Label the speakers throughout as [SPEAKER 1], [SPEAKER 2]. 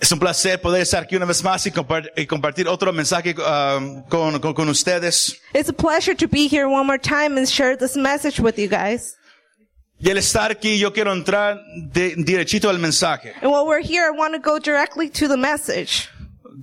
[SPEAKER 1] Es un placer poder estar aquí una vez más y, compar- y compartir otro mensaje um, con, con- con ustedes.
[SPEAKER 2] It's a pleasure to be here one more time and share this message with you guys.
[SPEAKER 1] Y al estar aquí yo quiero entrar de- derechito al mensaje.
[SPEAKER 2] And while we're here, I want to go directly to the message.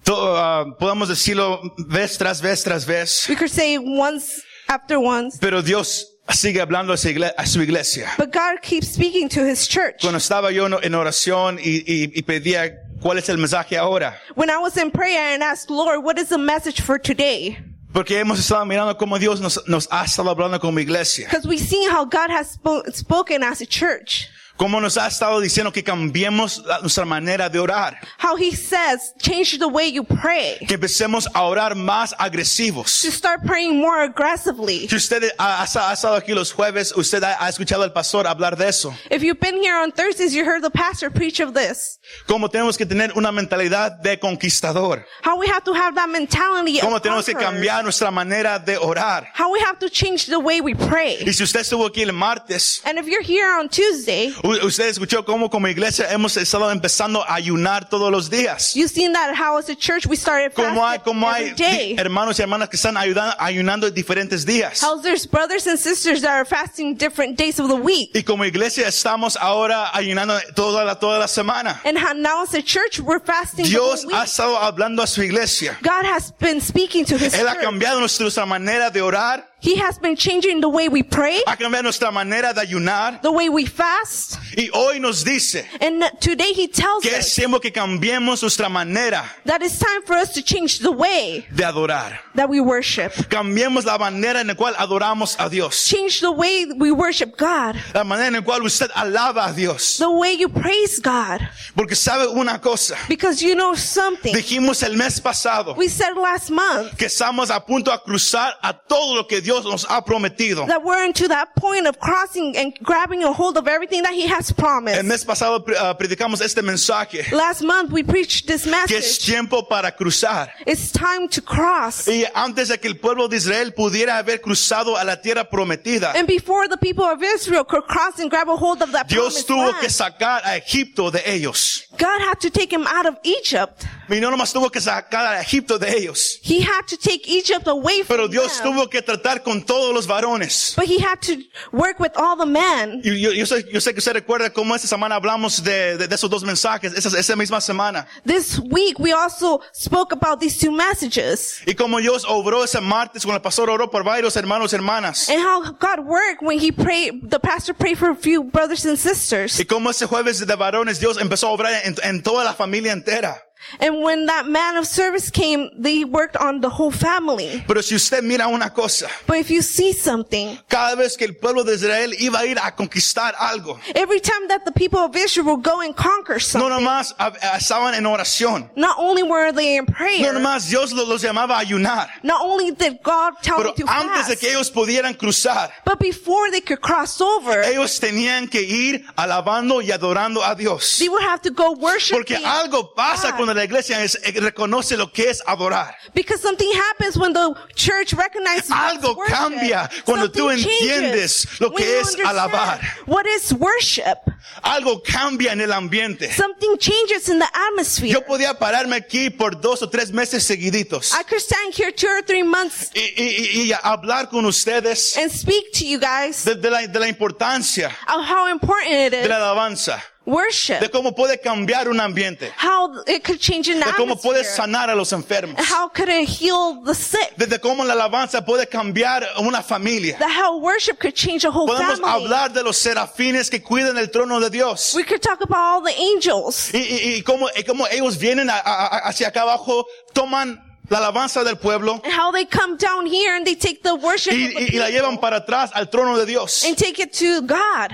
[SPEAKER 1] To- ah, podemos decirlo vez tras vez tras vez,
[SPEAKER 2] We could say once after once,
[SPEAKER 1] pero Dios sigue hablando a su, igle- a su iglesia.
[SPEAKER 2] but God keeps speaking to his church.
[SPEAKER 1] Cuando estaba yo en- en oración y, y- y pedía cuál es el mensaje ahora,
[SPEAKER 2] When I was in prayer and asked, Lord, what is the message for today?
[SPEAKER 1] porque hemos estado mirando cómo Dios nos, nos ha estado hablando como iglesia,
[SPEAKER 2] Because we've seen how God has spo- spoken as a church.
[SPEAKER 1] cómo nos ha estado diciendo que cambiemos la- nuestra manera de orar.
[SPEAKER 2] How he says, change the way you pray.
[SPEAKER 1] que empecemos a orar más agresivos.
[SPEAKER 2] To start praying more aggressively.
[SPEAKER 1] Si usted ha, ha estado aquí los jueves, usted ha, ha escuchado al pastor hablar de eso.
[SPEAKER 2] If you've been here on Thursdays, you heard the pastor preach of this.
[SPEAKER 1] Cómo tenemos que tener una mentalidad de conquistador.
[SPEAKER 2] How we have to have that mentality
[SPEAKER 1] Cómo
[SPEAKER 2] of
[SPEAKER 1] tenemos que
[SPEAKER 2] conquerors.
[SPEAKER 1] cambiar nuestra manera de orar.
[SPEAKER 2] How we have to change the way we
[SPEAKER 1] Y
[SPEAKER 2] pray.
[SPEAKER 1] si usted estuvo aquí el martes,
[SPEAKER 2] And if you're here on Tuesday,
[SPEAKER 1] u- usted escuchó cómo como iglesia hemos estado empezando a ayunar todos los días.
[SPEAKER 2] you've seen that how as a church we started
[SPEAKER 1] Cómo hay,
[SPEAKER 2] fasting
[SPEAKER 1] cómo
[SPEAKER 2] every
[SPEAKER 1] hay
[SPEAKER 2] day.
[SPEAKER 1] di- hermanos y hermanas que están ayudando, ayunando diferentes días.
[SPEAKER 2] How there's brothers and sisters that are fasting different days of the week.
[SPEAKER 1] Y como iglesia estamos ahora ayunando toda la, toda la semana.
[SPEAKER 2] And how now as a church we're fasting the
[SPEAKER 1] Dios
[SPEAKER 2] whole
[SPEAKER 1] ha
[SPEAKER 2] week.
[SPEAKER 1] estado hablando a su iglesia.
[SPEAKER 2] God has been speaking to his
[SPEAKER 1] Él ha
[SPEAKER 2] church.
[SPEAKER 1] cambiado nuestra, nuestra manera de orar,
[SPEAKER 2] He has been changing the way we pray,
[SPEAKER 1] ha cambiado nuestra manera de ayunar
[SPEAKER 2] the way we fast.
[SPEAKER 1] y hoy nos dice
[SPEAKER 2] And today he tells
[SPEAKER 1] que es
[SPEAKER 2] us
[SPEAKER 1] tiempo que cambiemos nuestra manera
[SPEAKER 2] that it's time for us to change the way
[SPEAKER 1] de adorar.
[SPEAKER 2] that we worship.
[SPEAKER 1] Cambiemos la manera en la cual adoramos a Dios,
[SPEAKER 2] Change the way we worship God.
[SPEAKER 1] la manera en la cual usted alaba a Dios.
[SPEAKER 2] The way you praise God.
[SPEAKER 1] Porque sabe una cosa,
[SPEAKER 2] Because you know something.
[SPEAKER 1] dijimos el mes pasado
[SPEAKER 2] We said last month
[SPEAKER 1] que estamos a punto a cruzar a todo lo que Dios nos ha prometido.
[SPEAKER 2] that we're into that point of crossing and grabbing a hold of everything that he has
[SPEAKER 1] El
[SPEAKER 2] promised.
[SPEAKER 1] mes pasado eh, predicamos este mensaje,
[SPEAKER 2] Last month we preached this
[SPEAKER 1] que es
[SPEAKER 2] message.
[SPEAKER 1] tiempo para cruzar.
[SPEAKER 2] It's time to cross.
[SPEAKER 1] Y antes de que el pueblo de Israel pudiera haber cruzado a la tierra prometida,
[SPEAKER 2] And before the people of Israel could cross and grab a hold of that
[SPEAKER 1] Dios
[SPEAKER 2] promised
[SPEAKER 1] tuvo que
[SPEAKER 2] land,
[SPEAKER 1] sacar a Egipto de ellos.
[SPEAKER 2] God had to take him out of Egypt.
[SPEAKER 1] Y no nomás tuvo que sacar a Egipto de ellos,
[SPEAKER 2] He had to take Egypt away from
[SPEAKER 1] pero Dios
[SPEAKER 2] them.
[SPEAKER 1] tuvo que tratar con todos los varones.
[SPEAKER 2] But he had to work with all the men.
[SPEAKER 1] Y yo, yo sé, yo sé que usted recuerda cómo esta semana hablamos de, de- de esos dos mensajes, esa, esa misma semana.
[SPEAKER 2] This week we also spoke about these two messages
[SPEAKER 1] Y cómo Dios obró ese martes, cuando el pastor oró por varios hermanos y hermanas.
[SPEAKER 2] and how God worked when he prayed, the pastor prayed for a few brothers and sisters.
[SPEAKER 1] Y cómo ese jueves de varones Dios empezó a obrar en- en toda la familia entera.
[SPEAKER 2] And when that man of service came, they worked on the whole family.
[SPEAKER 1] Pero si usted mira una cosa,
[SPEAKER 2] But if you see something,
[SPEAKER 1] cada vez que el pueblo de Israel iba a ir a conquistar algo,
[SPEAKER 2] every time that the people of Israel will go and conquer
[SPEAKER 1] no
[SPEAKER 2] something,
[SPEAKER 1] nomás a- a- estaban en oración,
[SPEAKER 2] not only were they in
[SPEAKER 1] no
[SPEAKER 2] prayer,
[SPEAKER 1] nomás Dios lo- los llamaba a ayunar,
[SPEAKER 2] not only did God tell
[SPEAKER 1] pero
[SPEAKER 2] them to
[SPEAKER 1] antes de
[SPEAKER 2] fast,
[SPEAKER 1] que ellos pudieran cruzar,
[SPEAKER 2] but before they could cross over,
[SPEAKER 1] ellos tenían que ir alabando y adorando a Dios.
[SPEAKER 2] they would have to go worship
[SPEAKER 1] Porque
[SPEAKER 2] the-
[SPEAKER 1] algo pasa
[SPEAKER 2] God.
[SPEAKER 1] cuando la iglesia es- eh, reconoce lo que es adorar.
[SPEAKER 2] Because something happens when the church recognizes
[SPEAKER 1] Algo
[SPEAKER 2] what's worship.
[SPEAKER 1] cambia cuando
[SPEAKER 2] Something
[SPEAKER 1] tú entiendes
[SPEAKER 2] changes
[SPEAKER 1] lo
[SPEAKER 2] when
[SPEAKER 1] que
[SPEAKER 2] you
[SPEAKER 1] es
[SPEAKER 2] understand
[SPEAKER 1] alabar.
[SPEAKER 2] What is worship?
[SPEAKER 1] Algo cambia en el ambiente.
[SPEAKER 2] Something changes in the atmosphere.
[SPEAKER 1] Yo podía pararme aquí por dos o tres meses seguiditos
[SPEAKER 2] I could stand here two or three months
[SPEAKER 1] y, y- y- y hablar con ustedes
[SPEAKER 2] and speak to you guys
[SPEAKER 1] de, de la, de la importancia
[SPEAKER 2] of how important it
[SPEAKER 1] de
[SPEAKER 2] is.
[SPEAKER 1] la alabanza, de
[SPEAKER 2] worship.
[SPEAKER 1] cómo puede cambiar un ambiente,
[SPEAKER 2] How it could change an
[SPEAKER 1] de cómo puede
[SPEAKER 2] atmosphere.
[SPEAKER 1] sanar a los enfermos,
[SPEAKER 2] And how could it heal the sick?
[SPEAKER 1] de, de cómo la alabanza puede cambiar una familia.
[SPEAKER 2] That how worship could change a whole
[SPEAKER 1] Podemos
[SPEAKER 2] family.
[SPEAKER 1] hablar de los serafines que cuidan el trono de Dios
[SPEAKER 2] We could talk about all the angels.
[SPEAKER 1] y, y- y cómo, y cómo ellos vienen a- a- a- hacia acá abajo, toman la alabanza del pueblo
[SPEAKER 2] And how they come down here and they take the worship
[SPEAKER 1] y,
[SPEAKER 2] of the
[SPEAKER 1] y- y la
[SPEAKER 2] people
[SPEAKER 1] llevan para atrás al trono de Dios.
[SPEAKER 2] and take it to God.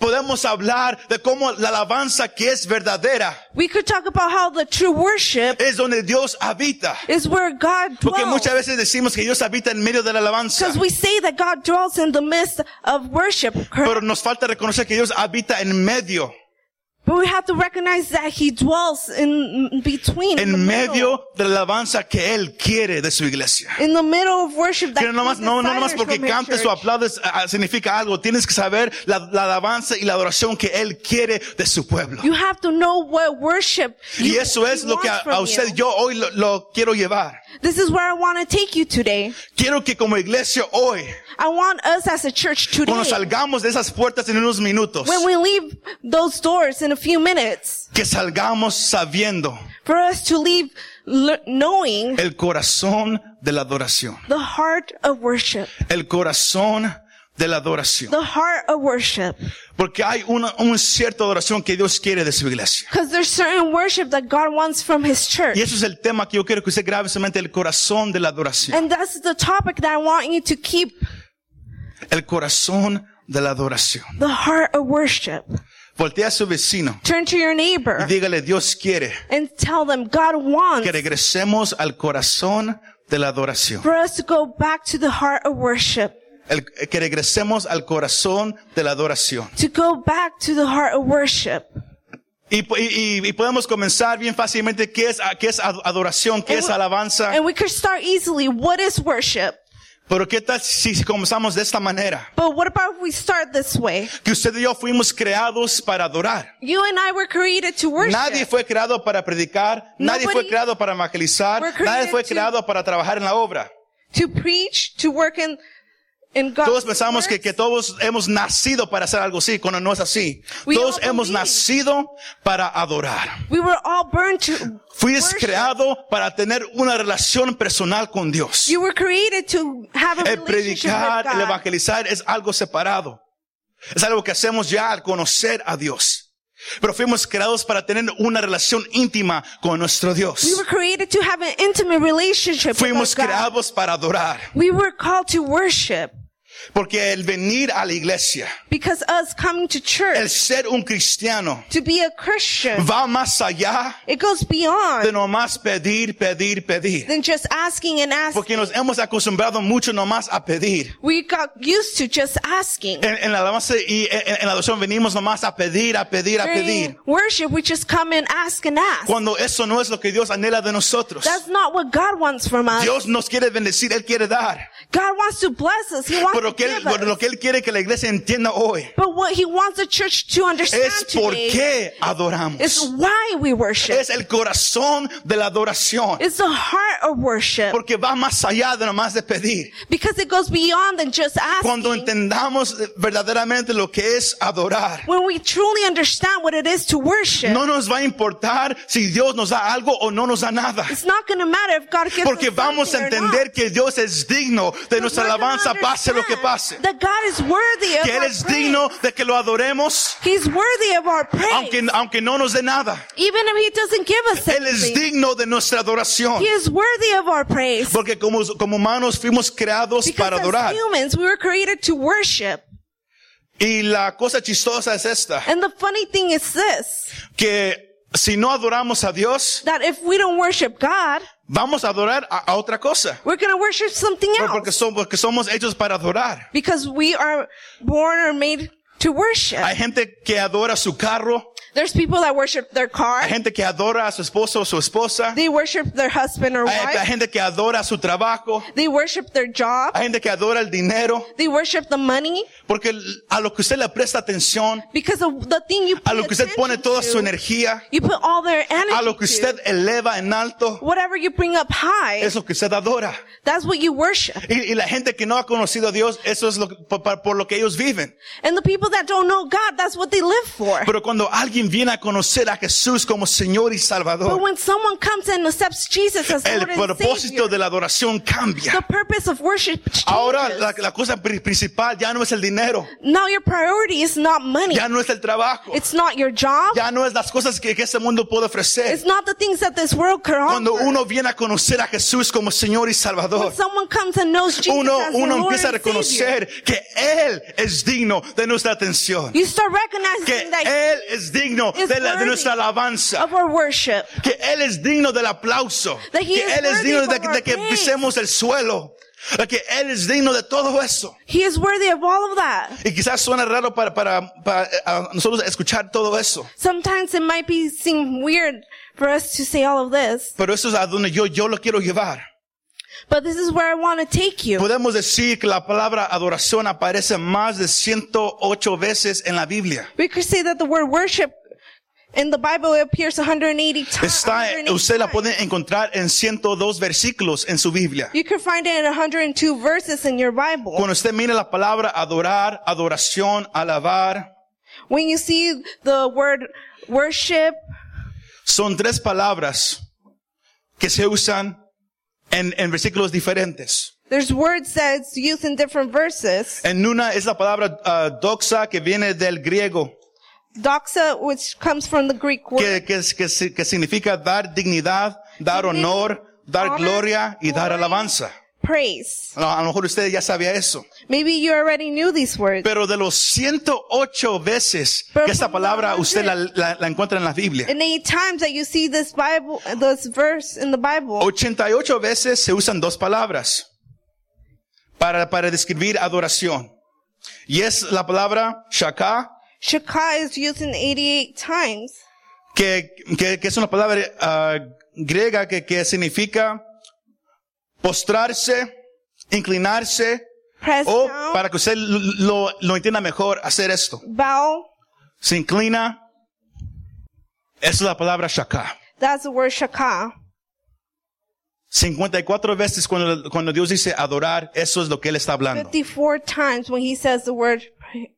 [SPEAKER 1] Podemos hablar de cómo la alabanza que es verdadera
[SPEAKER 2] We could talk about how the true worship
[SPEAKER 1] es donde Dios habita.
[SPEAKER 2] is where God
[SPEAKER 1] Porque
[SPEAKER 2] dwells.
[SPEAKER 1] muchas veces decimos que Dios habita en medio de la alabanza.
[SPEAKER 2] Because we say that God dwells in the midst of worship, correct?
[SPEAKER 1] Pero nos falta reconocer que Dios habita en medio
[SPEAKER 2] But we have to recognize that he dwells in between. in the
[SPEAKER 1] en
[SPEAKER 2] middle,
[SPEAKER 1] medio de la alabanza que Él quiere de su iglesia.
[SPEAKER 2] in the middle of worship that
[SPEAKER 1] Que no más,
[SPEAKER 2] he
[SPEAKER 1] no, no
[SPEAKER 2] desires
[SPEAKER 1] nomás porque
[SPEAKER 2] from his
[SPEAKER 1] cantes o
[SPEAKER 2] church.
[SPEAKER 1] aplaudes ah, ah, significa algo. Tienes que saber la, la alabanza y la adoración que Él quiere de su pueblo.
[SPEAKER 2] You have to know what worship
[SPEAKER 1] Y
[SPEAKER 2] you-
[SPEAKER 1] eso es
[SPEAKER 2] he
[SPEAKER 1] lo que a,
[SPEAKER 2] wants from
[SPEAKER 1] a usted
[SPEAKER 2] you.
[SPEAKER 1] yo hoy lo, lo quiero llevar.
[SPEAKER 2] This is where I want to take you today.
[SPEAKER 1] Quiero que como iglesia hoy,
[SPEAKER 2] I want us as a church today,
[SPEAKER 1] cuando salgamos de esas puertas en unos minutos,
[SPEAKER 2] when we leave those doors in a few minutes,
[SPEAKER 1] que salgamos sabiendo
[SPEAKER 2] for us to leave le- knowing
[SPEAKER 1] el corazón de la adoración.
[SPEAKER 2] the heart of worship.
[SPEAKER 1] El corazón de la adoración.
[SPEAKER 2] The heart of worship.
[SPEAKER 1] Porque hay una, un cierta adoración que Dios quiere de su iglesia.
[SPEAKER 2] Because there's certain worship that God wants from His church.
[SPEAKER 1] Y eso es el tema que yo quiero que usted grabe solamente el corazón de la adoración.
[SPEAKER 2] And that's the topic that I want you to keep.
[SPEAKER 1] El corazón de la adoración.
[SPEAKER 2] The heart of worship.
[SPEAKER 1] Voltea a su vecino
[SPEAKER 2] Turn to your
[SPEAKER 1] y
[SPEAKER 2] neighbor
[SPEAKER 1] dígale, Dios quiere
[SPEAKER 2] and tell them God wants
[SPEAKER 1] que regresemos al corazón de la adoración.
[SPEAKER 2] for us to go back to the heart of worship.
[SPEAKER 1] El- que regresemos al corazón de la adoración.
[SPEAKER 2] To go back to the heart of worship.
[SPEAKER 1] Y, po- y- y- y podemos comenzar bien fácilmente qué es, qué es ad- adoración, qué
[SPEAKER 2] And
[SPEAKER 1] es
[SPEAKER 2] we-
[SPEAKER 1] alabanza.
[SPEAKER 2] And we could start easily. What is worship?
[SPEAKER 1] Pero qué tal si comenzamos de esta manera?
[SPEAKER 2] But what about if we start this way?
[SPEAKER 1] Que usted y yo fuimos creados para adorar.
[SPEAKER 2] You and I were created to worship.
[SPEAKER 1] Nadie fue creado para predicar, nadie fue
[SPEAKER 2] Nobody-
[SPEAKER 1] creado para evangelizar,
[SPEAKER 2] We're created
[SPEAKER 1] nadie fue
[SPEAKER 2] to-
[SPEAKER 1] creado para trabajar en la obra.
[SPEAKER 2] to preach, to work in, in God's
[SPEAKER 1] Todos pensamos que,
[SPEAKER 2] words.
[SPEAKER 1] que todos hemos nacido para hacer algo así, cuando no es así.
[SPEAKER 2] We
[SPEAKER 1] todos
[SPEAKER 2] all
[SPEAKER 1] hemos
[SPEAKER 2] believe.
[SPEAKER 1] nacido para adorar.
[SPEAKER 2] We were all burned to
[SPEAKER 1] Fuiste
[SPEAKER 2] worship.
[SPEAKER 1] creado para tener una relación personal con Dios.
[SPEAKER 2] You were created to have a
[SPEAKER 1] El
[SPEAKER 2] relationship
[SPEAKER 1] predicar,
[SPEAKER 2] with
[SPEAKER 1] el
[SPEAKER 2] God.
[SPEAKER 1] evangelizar es algo separado. Es algo que hacemos ya al conocer a Dios. Pero fuimos creados para tener una relación íntima con nuestro
[SPEAKER 2] We were
[SPEAKER 1] Dios.
[SPEAKER 2] created to have an intimate relationship
[SPEAKER 1] Fuimos
[SPEAKER 2] with God.
[SPEAKER 1] creados para adorar.
[SPEAKER 2] We were called to worship
[SPEAKER 1] Porque el venir a la iglesia,
[SPEAKER 2] because us coming to church,
[SPEAKER 1] el ser un cristiano,
[SPEAKER 2] to be a Christian,
[SPEAKER 1] va más allá
[SPEAKER 2] it goes
[SPEAKER 1] de
[SPEAKER 2] beyond
[SPEAKER 1] nomás pedir, pedir, pedir.
[SPEAKER 2] than just asking and asking.
[SPEAKER 1] Porque nos hemos acostumbrado mucho nomás a pedir.
[SPEAKER 2] We got used to just asking.
[SPEAKER 1] En, en la alabanza y en, en la adoración venimos nomás a pedir, a pedir, a
[SPEAKER 2] During
[SPEAKER 1] pedir.
[SPEAKER 2] worship, we just come and ask and ask.
[SPEAKER 1] Cuando eso no es lo que Dios anhela de nosotros.
[SPEAKER 2] That's not what God wants from us.
[SPEAKER 1] Dios nos quiere bendecir, Él quiere dar.
[SPEAKER 2] God wants to bless us. He wants
[SPEAKER 1] Pero lo
[SPEAKER 2] to
[SPEAKER 1] que Él,
[SPEAKER 2] give us.
[SPEAKER 1] lo que él quiere que la iglesia entienda hoy
[SPEAKER 2] But what He wants the church to understand
[SPEAKER 1] es por
[SPEAKER 2] today
[SPEAKER 1] qué adoramos.
[SPEAKER 2] is why we worship.
[SPEAKER 1] Es el corazón de la adoración.
[SPEAKER 2] It's the heart of worship
[SPEAKER 1] Porque va más allá de nomás de pedir.
[SPEAKER 2] because it goes beyond than just
[SPEAKER 1] Cuando
[SPEAKER 2] asking.
[SPEAKER 1] entendamos eh, verdaderamente lo que es adorar,
[SPEAKER 2] When we truly understand what it is to worship,
[SPEAKER 1] no nos va a importar si Dios nos da algo o no nos da nada.
[SPEAKER 2] it's not going to matter if God gives
[SPEAKER 1] Porque
[SPEAKER 2] us
[SPEAKER 1] vamos a
[SPEAKER 2] something or not.
[SPEAKER 1] entender que Dios es digno de
[SPEAKER 2] But
[SPEAKER 1] nuestra
[SPEAKER 2] we're gonna
[SPEAKER 1] alabanza, pase lo que pase.
[SPEAKER 2] understand That God is worthy of
[SPEAKER 1] Que Él
[SPEAKER 2] our
[SPEAKER 1] es
[SPEAKER 2] praise.
[SPEAKER 1] digno de que lo adoremos,
[SPEAKER 2] He's worthy of our praise.
[SPEAKER 1] aunque, aunque no nos dé nada.
[SPEAKER 2] Even if He doesn't give us
[SPEAKER 1] Él es
[SPEAKER 2] anything,
[SPEAKER 1] digno de nuestra adoración.
[SPEAKER 2] He is worthy of our praise.
[SPEAKER 1] Porque como, como humanos fuimos creados
[SPEAKER 2] Because
[SPEAKER 1] para adorar.
[SPEAKER 2] as humans, we were created to worship.
[SPEAKER 1] Y la cosa chistosa es esta,
[SPEAKER 2] And the funny thing is this,
[SPEAKER 1] que si no adoramos a Dios,
[SPEAKER 2] that if we don't worship God,
[SPEAKER 1] vamos a adorar a, a otra cosa.
[SPEAKER 2] we're going to worship something
[SPEAKER 1] Pero
[SPEAKER 2] else.
[SPEAKER 1] Porque somos, porque somos hechos para adorar.
[SPEAKER 2] Because we are born or made to worship.
[SPEAKER 1] Hay gente que adora su carro,
[SPEAKER 2] There's people that worship their car.
[SPEAKER 1] hay gente que adora a su esposo o su esposa,
[SPEAKER 2] They worship their husband or
[SPEAKER 1] hay, hay
[SPEAKER 2] wife.
[SPEAKER 1] gente que adora su trabajo,
[SPEAKER 2] They worship their job.
[SPEAKER 1] hay gente que adora el dinero,
[SPEAKER 2] They worship the money
[SPEAKER 1] porque el- a lo que usted le presta atención,
[SPEAKER 2] because of the thing you pay
[SPEAKER 1] a lo que usted pone
[SPEAKER 2] attention
[SPEAKER 1] toda su
[SPEAKER 2] to.
[SPEAKER 1] energía,
[SPEAKER 2] You put all their energy
[SPEAKER 1] a lo que
[SPEAKER 2] to.
[SPEAKER 1] usted eleva en alto,
[SPEAKER 2] Whatever you bring up high,
[SPEAKER 1] es lo que usted adora.
[SPEAKER 2] that's what you worship.
[SPEAKER 1] Y, y la gente que no ha conocido a Dios, eso es lo, que- por, por- por lo que ellos viven.
[SPEAKER 2] And the people that don't know God, that's what they live for.
[SPEAKER 1] Pero cuando alguien viene a conocer a Jesús como Señor y
[SPEAKER 2] But
[SPEAKER 1] Salvador,
[SPEAKER 2] when someone comes and accepts Jesus as
[SPEAKER 1] el
[SPEAKER 2] Lord and
[SPEAKER 1] propósito
[SPEAKER 2] Savior,
[SPEAKER 1] de la adoración
[SPEAKER 2] the
[SPEAKER 1] cambia.
[SPEAKER 2] purpose of worship changes.
[SPEAKER 1] Ahora la, la cosa pri- principal ya no es el dinero,
[SPEAKER 2] now your priority is not money.
[SPEAKER 1] ya no es el trabajo,
[SPEAKER 2] It's not your job.
[SPEAKER 1] ya no es las cosas que, que este mundo puede ofrecer.
[SPEAKER 2] It's not the things that this world can
[SPEAKER 1] Cuando
[SPEAKER 2] offer.
[SPEAKER 1] uno viene a conocer a Jesús como Señor y
[SPEAKER 2] when
[SPEAKER 1] Salvador,
[SPEAKER 2] someone comes and knows Jesus
[SPEAKER 1] uno,
[SPEAKER 2] as the
[SPEAKER 1] uno
[SPEAKER 2] Lord
[SPEAKER 1] empieza a
[SPEAKER 2] and Savior,
[SPEAKER 1] reconocer que Él es digno de nuestra atención,
[SPEAKER 2] you start recognizing
[SPEAKER 1] que
[SPEAKER 2] that
[SPEAKER 1] Él es digno
[SPEAKER 2] is
[SPEAKER 1] de, la- de
[SPEAKER 2] worthy
[SPEAKER 1] nuestra alabanza.
[SPEAKER 2] of our worship,
[SPEAKER 1] que Él es digno del aplauso,
[SPEAKER 2] That he
[SPEAKER 1] que
[SPEAKER 2] is
[SPEAKER 1] Él es
[SPEAKER 2] worthy
[SPEAKER 1] digno de,
[SPEAKER 2] of our
[SPEAKER 1] de que
[SPEAKER 2] praise.
[SPEAKER 1] pisemos el suelo, La que Él es digno de todo eso.
[SPEAKER 2] He is worthy of all of that.
[SPEAKER 1] Y quizás suena raro para, para, para, eh, a nosotros escuchar todo eso.
[SPEAKER 2] Sometimes it might be seem weird for us to say all of this,
[SPEAKER 1] Pero eso es a donde yo, yo lo quiero llevar.
[SPEAKER 2] but this is where I want to take you.
[SPEAKER 1] Podemos decir que la palabra adoración aparece más de 108 veces en la Biblia.
[SPEAKER 2] We could say that the word worship in the Bible appears 180 times.
[SPEAKER 1] Está, usted la puede encontrar en 102 versículos en su Biblia.
[SPEAKER 2] You can find it in 102 verses in your Bible.
[SPEAKER 1] Cuando usted mire la palabra adorar, adoración, alabar,
[SPEAKER 2] When you see the word worship,
[SPEAKER 1] son tres palabras que se usan en, en versículos diferentes.
[SPEAKER 2] there's words that's used in different verses.
[SPEAKER 1] En una es la palabra ah, doxa que viene del griego,
[SPEAKER 2] Doxa, which comes from the Greek word.
[SPEAKER 1] que, que, que si- que significa dar dignidad, dar honor, dar
[SPEAKER 2] Honor,
[SPEAKER 1] gloria y dar
[SPEAKER 2] glory.
[SPEAKER 1] alabanza.
[SPEAKER 2] praise.
[SPEAKER 1] A lo- a lo mejor usted ya sabía eso.
[SPEAKER 2] Maybe you already knew these words.
[SPEAKER 1] Pero de los 108 veces
[SPEAKER 2] Pero
[SPEAKER 1] que esta
[SPEAKER 2] como
[SPEAKER 1] palabra
[SPEAKER 2] no
[SPEAKER 1] usted la,
[SPEAKER 2] sé.
[SPEAKER 1] la- la encuentra en la Biblia,
[SPEAKER 2] In eight times that you see this Bible, this verse in the
[SPEAKER 1] Oh.
[SPEAKER 2] Bible,
[SPEAKER 1] 88 veces se usan dos palabras para, para describir adoración. Y es la palabra shaka,
[SPEAKER 2] Shaka is used in 88 times.
[SPEAKER 1] que, que, que es una palabra ah, griega que, que significa postrarse, inclinarse,
[SPEAKER 2] Press
[SPEAKER 1] o
[SPEAKER 2] down,
[SPEAKER 1] Oh, para que usted lo, lo entienda mejor, hacer esto.
[SPEAKER 2] bow.
[SPEAKER 1] Se inclina. Esa es la palabra shaka.
[SPEAKER 2] That's the word Shaka.
[SPEAKER 1] 54 veces cuando, cuando Dios dice adorar, eso es lo que Él está hablando.
[SPEAKER 2] 54 times when he says the word pra-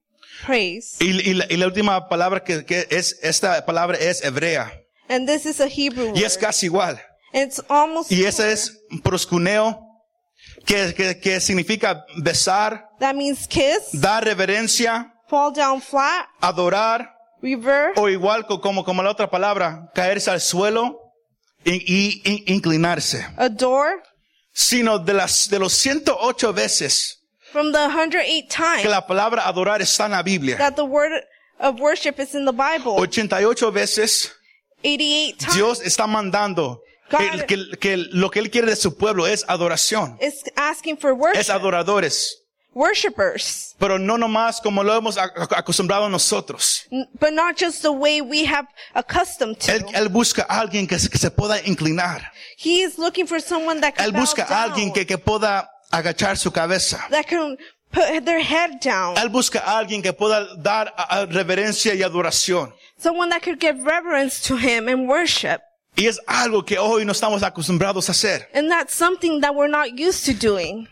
[SPEAKER 2] praise.
[SPEAKER 1] Y, y la, y la última palabra que, que es, esta palabra es hebrea.
[SPEAKER 2] And this is a Hebrew word.
[SPEAKER 1] Y es casi igual.
[SPEAKER 2] It's almost
[SPEAKER 1] Y esa
[SPEAKER 2] similar.
[SPEAKER 1] es proscuneo, que, que, que significa besar,
[SPEAKER 2] That means kiss,
[SPEAKER 1] dar reverencia,
[SPEAKER 2] fall down flat,
[SPEAKER 1] adorar,
[SPEAKER 2] reverse,
[SPEAKER 1] o igual co- como, como la otra palabra, caerse al suelo y, y- y inclinarse.
[SPEAKER 2] adore.
[SPEAKER 1] Sino de las, de los 108 veces
[SPEAKER 2] From the 108 times
[SPEAKER 1] que la palabra adorar está en la Biblia,
[SPEAKER 2] that the word of worship is in the Bible,
[SPEAKER 1] 88 veces
[SPEAKER 2] 88 times
[SPEAKER 1] Oh, Dios está mandando
[SPEAKER 2] God-
[SPEAKER 1] el- que, que lo que Él quiere de su pueblo es adoración,
[SPEAKER 2] it's asking for worship,
[SPEAKER 1] es adoradores,
[SPEAKER 2] worshipers.
[SPEAKER 1] pero no nomás como lo hemos ac- ac- acostumbrado nosotros.
[SPEAKER 2] N- But not just the way we have accustomed to.
[SPEAKER 1] Él, él busca a alguien que, se- que se pueda inclinar,
[SPEAKER 2] he is looking for someone that can
[SPEAKER 1] Él
[SPEAKER 2] bow
[SPEAKER 1] busca a
[SPEAKER 2] down,
[SPEAKER 1] alguien que, que pueda agachar su cabeza,
[SPEAKER 2] that can put their head down,
[SPEAKER 1] Él busca a alguien que pueda dar a- a reverencia y adoración.
[SPEAKER 2] someone that could give reverence to him and worship.
[SPEAKER 1] Y es algo que hoy no estamos acostumbrados a hacer,
[SPEAKER 2] And that's something that we're not used to doing.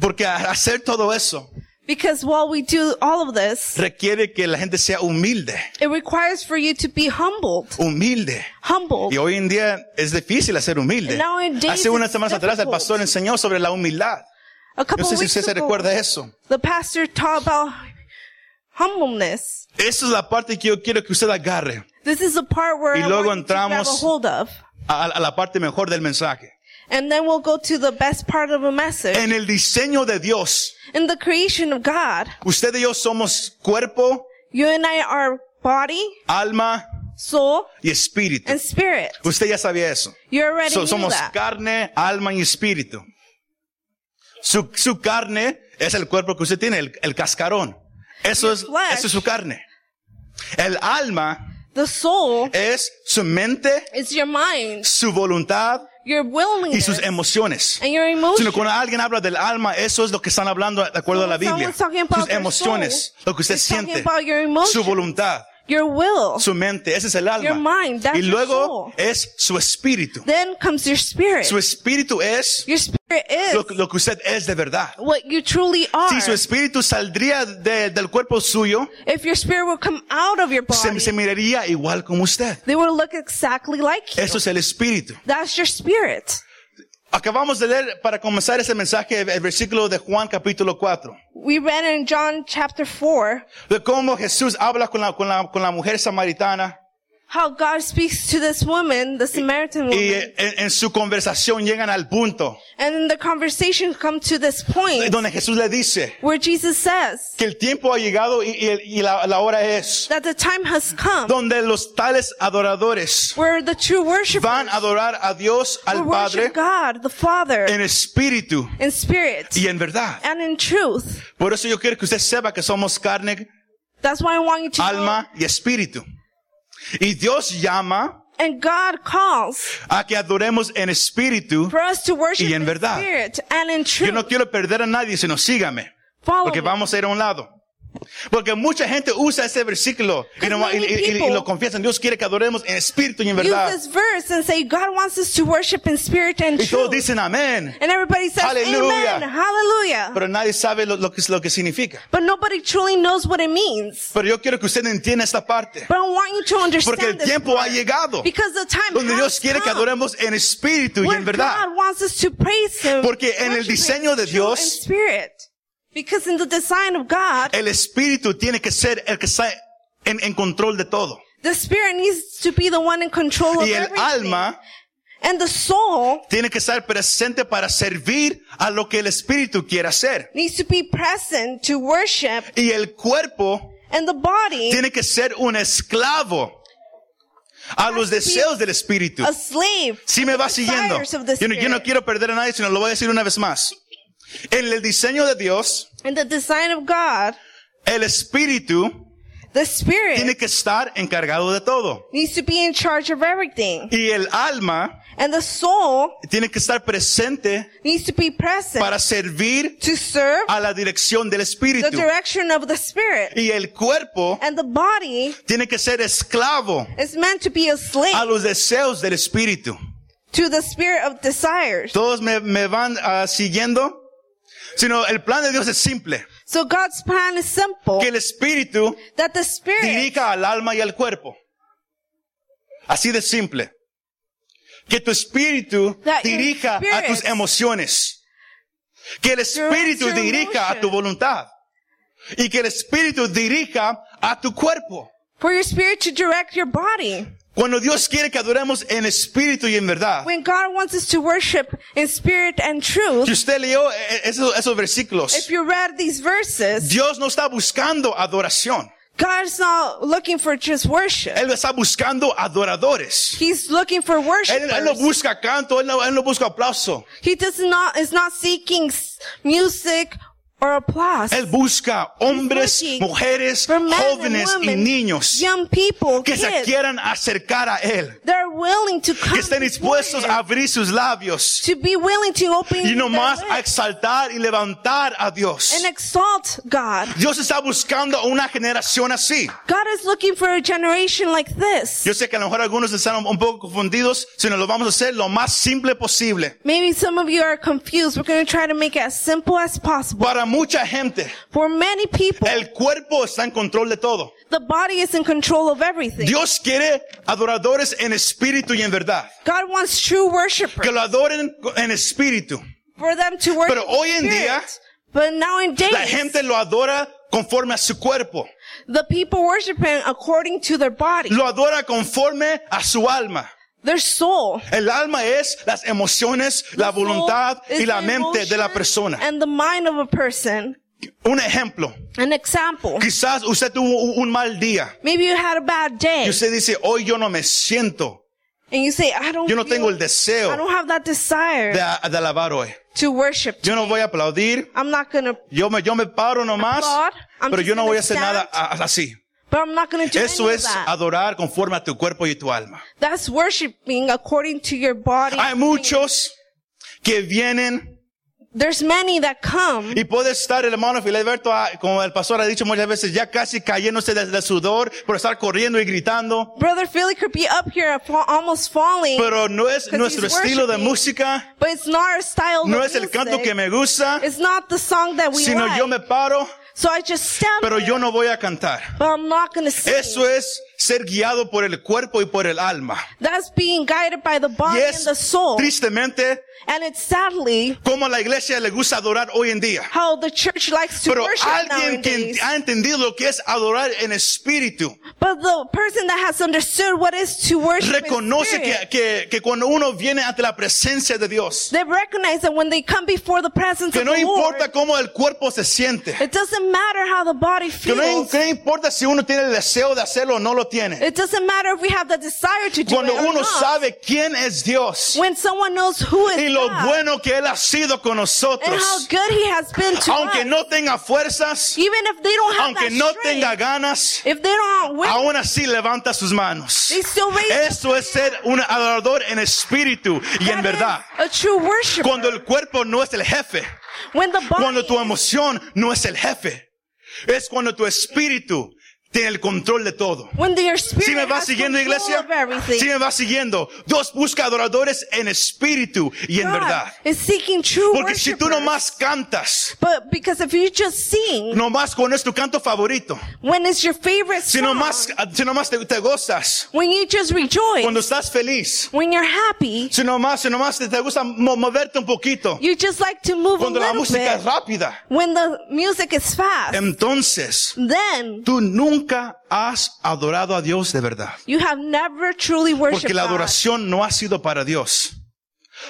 [SPEAKER 1] porque a- hacer todo eso
[SPEAKER 2] Because while we do all of this,
[SPEAKER 1] requiere que la gente sea humilde,
[SPEAKER 2] it requires for you to be humbled.
[SPEAKER 1] humilde.
[SPEAKER 2] Humbled.
[SPEAKER 1] Y hoy en día es difícil ser humilde.
[SPEAKER 2] Nowadays
[SPEAKER 1] Hace unas
[SPEAKER 2] it's
[SPEAKER 1] semanas atrás el
[SPEAKER 2] difficult.
[SPEAKER 1] pastor enseñó sobre la humildad.
[SPEAKER 2] A
[SPEAKER 1] No
[SPEAKER 2] couple
[SPEAKER 1] sé si
[SPEAKER 2] weeks
[SPEAKER 1] usted se
[SPEAKER 2] ago,
[SPEAKER 1] recuerda eso.
[SPEAKER 2] the pastor taught about humbleness.
[SPEAKER 1] Esa es la parte que yo quiero que usted agarre
[SPEAKER 2] This is the part where
[SPEAKER 1] Y
[SPEAKER 2] I
[SPEAKER 1] luego
[SPEAKER 2] want you to grab a
[SPEAKER 1] entramos-
[SPEAKER 2] hold of.
[SPEAKER 1] a, a la parte mejor del mensaje.
[SPEAKER 2] And then we'll go to the best part of a message.
[SPEAKER 1] En el diseño de Dios,
[SPEAKER 2] In the creation of God,
[SPEAKER 1] usted y yo somos cuerpo,
[SPEAKER 2] you and I are body,
[SPEAKER 1] alma
[SPEAKER 2] soul,
[SPEAKER 1] y espíritu.
[SPEAKER 2] and spirit.
[SPEAKER 1] Usted ya sabía eso.
[SPEAKER 2] You already
[SPEAKER 1] So-
[SPEAKER 2] knew
[SPEAKER 1] somos
[SPEAKER 2] that.
[SPEAKER 1] carne, alma y espíritu. Su, su carne es el cuerpo que usted tiene, el, el cascarón. Eso es,
[SPEAKER 2] flesh.
[SPEAKER 1] eso es su carne. El alma
[SPEAKER 2] The soul
[SPEAKER 1] es su mente,
[SPEAKER 2] is your mind,
[SPEAKER 1] su voluntad
[SPEAKER 2] your
[SPEAKER 1] y
[SPEAKER 2] willingness,
[SPEAKER 1] sus emociones.
[SPEAKER 2] and your
[SPEAKER 1] Sino
[SPEAKER 2] emotions.
[SPEAKER 1] cuando alguien habla del alma, eso es lo que están hablando de acuerdo a la
[SPEAKER 2] When
[SPEAKER 1] Biblia.
[SPEAKER 2] someone's talking about
[SPEAKER 1] Sus
[SPEAKER 2] their
[SPEAKER 1] emociones,
[SPEAKER 2] soul,
[SPEAKER 1] lo que usted
[SPEAKER 2] they're talking
[SPEAKER 1] siente,
[SPEAKER 2] about your emotions.
[SPEAKER 1] su voluntad,
[SPEAKER 2] Your will.
[SPEAKER 1] su mente, ese es el
[SPEAKER 2] Your
[SPEAKER 1] alma.
[SPEAKER 2] mind, that's
[SPEAKER 1] Y
[SPEAKER 2] your
[SPEAKER 1] luego
[SPEAKER 2] soul.
[SPEAKER 1] es su espíritu.
[SPEAKER 2] Then comes your spirit.
[SPEAKER 1] Su espíritu es
[SPEAKER 2] Your spirit is
[SPEAKER 1] lo, lo que usted es de verdad.
[SPEAKER 2] what you truly are.
[SPEAKER 1] Si su espíritu saldría de- del cuerpo suyo,
[SPEAKER 2] if your spirit will come out of your body,
[SPEAKER 1] se, se miraría igual como usted.
[SPEAKER 2] they will look exactly like you.
[SPEAKER 1] Eso es el espíritu.
[SPEAKER 2] That's your spirit.
[SPEAKER 1] Acabamos de leer para comenzar ese mensaje el versículo de Juan capítulo 4.
[SPEAKER 2] We read in John chapter 4
[SPEAKER 1] de cómo Jesús habla con la, con la, con la mujer samaritana
[SPEAKER 2] how God speaks to this woman, the Samaritan
[SPEAKER 1] Y
[SPEAKER 2] woman.
[SPEAKER 1] eh, en, en su conversación llegan al punto
[SPEAKER 2] And then the conversation come to this point
[SPEAKER 1] donde Jesús le dice
[SPEAKER 2] where Jesus says
[SPEAKER 1] que el tiempo ha llegado y, y el- y la, la hora es
[SPEAKER 2] that the time has come
[SPEAKER 1] donde los tales adoradores
[SPEAKER 2] where the true worship
[SPEAKER 1] van a adorar a Dios, al Padre,
[SPEAKER 2] worship God, the Father,
[SPEAKER 1] en espíritu
[SPEAKER 2] in spirit
[SPEAKER 1] y en verdad.
[SPEAKER 2] and in truth.
[SPEAKER 1] Por eso yo quiero que usted sepa que somos carne,
[SPEAKER 2] That's why I want you to know.
[SPEAKER 1] alma y espíritu. Y Dios llama
[SPEAKER 2] And God calls
[SPEAKER 1] a que adoremos en espíritu.
[SPEAKER 2] for us to worship
[SPEAKER 1] Y en
[SPEAKER 2] in
[SPEAKER 1] verdad.
[SPEAKER 2] spirit and in
[SPEAKER 1] Yo
[SPEAKER 2] truth.
[SPEAKER 1] no quiero perder a nadie, sino sígame.
[SPEAKER 2] Follow
[SPEAKER 1] Porque
[SPEAKER 2] me.
[SPEAKER 1] vamos a ir a un lado. Porque mucha gente usa ese versículo y,
[SPEAKER 2] Because
[SPEAKER 1] nomás- y-
[SPEAKER 2] many
[SPEAKER 1] y- y- y lo
[SPEAKER 2] people-
[SPEAKER 1] confiesan. Dios quiere que adoremos en espíritu y en
[SPEAKER 2] use
[SPEAKER 1] verdad.
[SPEAKER 2] this verse and say God wants us to worship in spirit and
[SPEAKER 1] Y todos
[SPEAKER 2] truth.
[SPEAKER 1] dicen amén.
[SPEAKER 2] and everybody says
[SPEAKER 1] Hallelujah.
[SPEAKER 2] amen, hallelujah.
[SPEAKER 1] Pero nadie sabe lo, lo que, lo que significa.
[SPEAKER 2] but nobody truly knows what it means.
[SPEAKER 1] Pero yo quiero que usted entienda esta parte.
[SPEAKER 2] But I want you to understand
[SPEAKER 1] Porque el
[SPEAKER 2] this
[SPEAKER 1] tiempo ha llegado.
[SPEAKER 2] because the time
[SPEAKER 1] Donde
[SPEAKER 2] has
[SPEAKER 1] Dios quiere que
[SPEAKER 2] come
[SPEAKER 1] adoremos en espíritu y
[SPEAKER 2] where
[SPEAKER 1] en verdad.
[SPEAKER 2] God wants us to praise him.
[SPEAKER 1] Porque en el
[SPEAKER 2] worship Him
[SPEAKER 1] diseño de
[SPEAKER 2] in truth
[SPEAKER 1] Dios- Eh,
[SPEAKER 2] and spirit. Because in the design of God,
[SPEAKER 1] El espíritu tiene que ser el que está en, en control de todo.
[SPEAKER 2] the spirit needs to be the one in control of
[SPEAKER 1] Y el
[SPEAKER 2] everything.
[SPEAKER 1] alma
[SPEAKER 2] and the soul
[SPEAKER 1] tiene que estar presente para servir a lo que el espíritu quiere hacer.
[SPEAKER 2] needs to be present to worship
[SPEAKER 1] Y el cuerpo
[SPEAKER 2] and the body
[SPEAKER 1] tiene que ser un esclavo a los deseos del espíritu.
[SPEAKER 2] a slave
[SPEAKER 1] Si me va siguiendo,
[SPEAKER 2] desires of the
[SPEAKER 1] yo no, yo no
[SPEAKER 2] Spirit.
[SPEAKER 1] quiero perder a nadie, sino lo voy a decir una vez más. En el diseño de Dios,
[SPEAKER 2] in the design of God,
[SPEAKER 1] el espíritu
[SPEAKER 2] the spirit
[SPEAKER 1] tiene que estar encargado de todo.
[SPEAKER 2] needs to be in charge of everything.
[SPEAKER 1] Y el alma
[SPEAKER 2] And the soul
[SPEAKER 1] tiene que estar presente
[SPEAKER 2] needs to be present
[SPEAKER 1] para servir
[SPEAKER 2] to serve
[SPEAKER 1] a la dirección del
[SPEAKER 2] the
[SPEAKER 1] espíritu.
[SPEAKER 2] direction of the spirit.
[SPEAKER 1] Y el cuerpo
[SPEAKER 2] And the body
[SPEAKER 1] tiene que ser esclavo
[SPEAKER 2] is meant to be a slave
[SPEAKER 1] a los deseos del espíritu.
[SPEAKER 2] to the spirit of desires.
[SPEAKER 1] Todos me, me van ah, siguiendo. Sino el plan de Dios es simple.
[SPEAKER 2] So God's plan is simple
[SPEAKER 1] Que el espíritu
[SPEAKER 2] that the spirit
[SPEAKER 1] dirija al alma y al cuerpo. Así de simple. Que tu espíritu
[SPEAKER 2] That your
[SPEAKER 1] dirija a
[SPEAKER 2] spirit
[SPEAKER 1] tus emociones. Que el espíritu
[SPEAKER 2] your
[SPEAKER 1] dirija a tu
[SPEAKER 2] emotion.
[SPEAKER 1] voluntad. Y que el espíritu dirija a tu cuerpo.
[SPEAKER 2] for your spirit to direct your body.
[SPEAKER 1] Cuando Dios quiere que adoremos en espíritu y en verdad.
[SPEAKER 2] When God wants us to worship in spirit and
[SPEAKER 1] Si
[SPEAKER 2] truth,
[SPEAKER 1] usted leyó eh, eh, esos, esos versículos,
[SPEAKER 2] if you read these verses,
[SPEAKER 1] Dios no está buscando adoración.
[SPEAKER 2] God's not looking for just worship.
[SPEAKER 1] Él está buscando adoradores.
[SPEAKER 2] He's looking for
[SPEAKER 1] Él, él no
[SPEAKER 2] worshipers.
[SPEAKER 1] busca canto, él no, él no busca aplauso.
[SPEAKER 2] He does not is not seeking s- music or applause.
[SPEAKER 1] Él busca hombres,
[SPEAKER 2] looking
[SPEAKER 1] mujeres,
[SPEAKER 2] for men and
[SPEAKER 1] jóvenes y
[SPEAKER 2] women,
[SPEAKER 1] niños
[SPEAKER 2] young people,
[SPEAKER 1] que se
[SPEAKER 2] kids,
[SPEAKER 1] quieran acercar a Él,
[SPEAKER 2] they're willing to come
[SPEAKER 1] que estén
[SPEAKER 2] before
[SPEAKER 1] dispuestos
[SPEAKER 2] him,
[SPEAKER 1] a abrir sus labios
[SPEAKER 2] to be willing to open
[SPEAKER 1] y
[SPEAKER 2] their
[SPEAKER 1] nomás a
[SPEAKER 2] lips
[SPEAKER 1] exaltar y levantar a Dios.
[SPEAKER 2] and exalt God.
[SPEAKER 1] Dios está buscando a una generación así.
[SPEAKER 2] God is looking for a generation like this.
[SPEAKER 1] Yo sé que a lo mejor algunos están un poco confundidos, sino lo vamos a hacer lo más simple posible.
[SPEAKER 2] Maybe some of you are confused. We're going to try to make it as simple as possible.
[SPEAKER 1] Para mucha gente,
[SPEAKER 2] For many people,
[SPEAKER 1] el cuerpo está en control de todo.
[SPEAKER 2] the body is in control of everything.
[SPEAKER 1] Dios quiere adoradores en espíritu y en verdad.
[SPEAKER 2] God wants true worshipers
[SPEAKER 1] Que lo adoren en espíritu.
[SPEAKER 2] for them to worship.
[SPEAKER 1] Pero hoy en
[SPEAKER 2] in
[SPEAKER 1] día,
[SPEAKER 2] spirit. but nowadays,
[SPEAKER 1] La gente lo adora conforme a su cuerpo.
[SPEAKER 2] The people worship him according to their body,
[SPEAKER 1] Lo adora conforme a su alma.
[SPEAKER 2] their soul.
[SPEAKER 1] El alma es las emociones, la
[SPEAKER 2] Soul
[SPEAKER 1] voluntad
[SPEAKER 2] is
[SPEAKER 1] y la
[SPEAKER 2] the
[SPEAKER 1] mente de la
[SPEAKER 2] emotion
[SPEAKER 1] persona.
[SPEAKER 2] And the mind of a person.
[SPEAKER 1] Un ejemplo.
[SPEAKER 2] An example.
[SPEAKER 1] Quizás usted tuvo u- un mal día
[SPEAKER 2] Maybe you had a bad
[SPEAKER 1] y
[SPEAKER 2] day
[SPEAKER 1] usted dice, hoy yo no me siento,
[SPEAKER 2] and you say, I don't,
[SPEAKER 1] yo no
[SPEAKER 2] feel-
[SPEAKER 1] tengo el
[SPEAKER 2] I
[SPEAKER 1] deseo
[SPEAKER 2] don't have that desire
[SPEAKER 1] de, a- de alabar hoy.
[SPEAKER 2] to worship.
[SPEAKER 1] Yo no voy a aplaudir,
[SPEAKER 2] I'm not going to,
[SPEAKER 1] yo me, yo me paro nomás,
[SPEAKER 2] Applaud. I'm
[SPEAKER 1] pero
[SPEAKER 2] just
[SPEAKER 1] yo no voy a
[SPEAKER 2] gonna
[SPEAKER 1] hacer
[SPEAKER 2] stand.
[SPEAKER 1] nada a- a- así.
[SPEAKER 2] but I'm not going to do
[SPEAKER 1] Eso
[SPEAKER 2] any
[SPEAKER 1] es
[SPEAKER 2] of that.
[SPEAKER 1] adorar conforme a tu cuerpo y tu alma.
[SPEAKER 2] That's worshiping according to your body.
[SPEAKER 1] Hay muchos que vienen
[SPEAKER 2] There's many that come.
[SPEAKER 1] Y puede estar el hermano Filiberto, ah, como el pastor ha dicho muchas veces, ya casi cayéndose de, de sudor por estar corriendo y gritando.
[SPEAKER 2] Brother Philly could be up here fa- almost falling,
[SPEAKER 1] Pero no es
[SPEAKER 2] Because
[SPEAKER 1] nuestro
[SPEAKER 2] he's
[SPEAKER 1] estilo de
[SPEAKER 2] worshiping.
[SPEAKER 1] música,
[SPEAKER 2] but it's not our style
[SPEAKER 1] no
[SPEAKER 2] of
[SPEAKER 1] es el canto
[SPEAKER 2] music.
[SPEAKER 1] que me gusta,
[SPEAKER 2] It's not the song that we
[SPEAKER 1] sino
[SPEAKER 2] like.
[SPEAKER 1] yo me paro,
[SPEAKER 2] So I just stand
[SPEAKER 1] pero
[SPEAKER 2] there,
[SPEAKER 1] yo no voy a cantar.
[SPEAKER 2] but I'm not going to sing.
[SPEAKER 1] Eso es ser guiado por el cuerpo y por el alma.
[SPEAKER 2] That's being guided by the
[SPEAKER 1] Y
[SPEAKER 2] body
[SPEAKER 1] es
[SPEAKER 2] and the soul.
[SPEAKER 1] tristemente
[SPEAKER 2] And it's sadly
[SPEAKER 1] como a la iglesia le gusta adorar hoy en día.
[SPEAKER 2] how the church likes to
[SPEAKER 1] Pero
[SPEAKER 2] worship
[SPEAKER 1] alguien que
[SPEAKER 2] nowadays.
[SPEAKER 1] ha entendido lo que es adorar en espíritu,
[SPEAKER 2] But the person that has understood what is to worship in
[SPEAKER 1] reconoce que,
[SPEAKER 2] spirit,
[SPEAKER 1] que, que cuando uno viene ante la presencia de Dios,
[SPEAKER 2] they recognize that when they come before the presence
[SPEAKER 1] que
[SPEAKER 2] of
[SPEAKER 1] no
[SPEAKER 2] the Lord,
[SPEAKER 1] importa cómo el cuerpo se siente,
[SPEAKER 2] it doesn't matter how the body
[SPEAKER 1] que no,
[SPEAKER 2] feels.
[SPEAKER 1] que no importa si uno tiene el deseo de hacerlo o no lo tiene.
[SPEAKER 2] It doesn't matter if we have the desire to do
[SPEAKER 1] Cuando
[SPEAKER 2] it or
[SPEAKER 1] uno
[SPEAKER 2] not.
[SPEAKER 1] sabe quién es Dios
[SPEAKER 2] when someone knows who is
[SPEAKER 1] y lo
[SPEAKER 2] God
[SPEAKER 1] bueno que Él ha sido con
[SPEAKER 2] and how
[SPEAKER 1] nosotros,
[SPEAKER 2] good He has been to
[SPEAKER 1] aunque
[SPEAKER 2] us,
[SPEAKER 1] no tenga fuerzas,
[SPEAKER 2] even if they don't have
[SPEAKER 1] aunque
[SPEAKER 2] that
[SPEAKER 1] no
[SPEAKER 2] strength,
[SPEAKER 1] tenga ganas,
[SPEAKER 2] if they don't will,
[SPEAKER 1] aún así levanta sus manos.
[SPEAKER 2] they still raise
[SPEAKER 1] Eso es ser un adorador en espíritu eh, y en
[SPEAKER 2] That is
[SPEAKER 1] verdad.
[SPEAKER 2] A true worship.
[SPEAKER 1] Cuando el cuerpo no es el jefe,
[SPEAKER 2] when the body
[SPEAKER 1] cuando tu emoción no es el jefe, es cuando tu espíritu tiene el control de todo.
[SPEAKER 2] when your spirit
[SPEAKER 1] Si me va
[SPEAKER 2] has
[SPEAKER 1] siguiendo
[SPEAKER 2] control
[SPEAKER 1] iglesia,
[SPEAKER 2] of everything,
[SPEAKER 1] si me va siguiendo, Dios busca adoradores en espíritu y en
[SPEAKER 2] God
[SPEAKER 1] verdad.
[SPEAKER 2] is seeking true
[SPEAKER 1] Porque si tú
[SPEAKER 2] worshipers.
[SPEAKER 1] nomás cantas,
[SPEAKER 2] but because if you just sing,
[SPEAKER 1] nomás con es tu canto favorito,
[SPEAKER 2] when it's your favorite
[SPEAKER 1] si
[SPEAKER 2] song,
[SPEAKER 1] nomás, si nomás te, te gozas,
[SPEAKER 2] when you just rejoice,
[SPEAKER 1] cuando estás feliz,
[SPEAKER 2] when you're happy,
[SPEAKER 1] si nomás, si nomás te, te gusta mo- moverte un poquito,
[SPEAKER 2] you just like to move
[SPEAKER 1] cuando
[SPEAKER 2] a
[SPEAKER 1] la
[SPEAKER 2] little
[SPEAKER 1] música
[SPEAKER 2] bit.
[SPEAKER 1] es rápida,
[SPEAKER 2] When the music is fast,
[SPEAKER 1] entonces
[SPEAKER 2] then
[SPEAKER 1] tú nunca has adorado a Dios de verdad.
[SPEAKER 2] you have never truly worshipped
[SPEAKER 1] Porque la
[SPEAKER 2] God.
[SPEAKER 1] adoración no ha sido para Dios.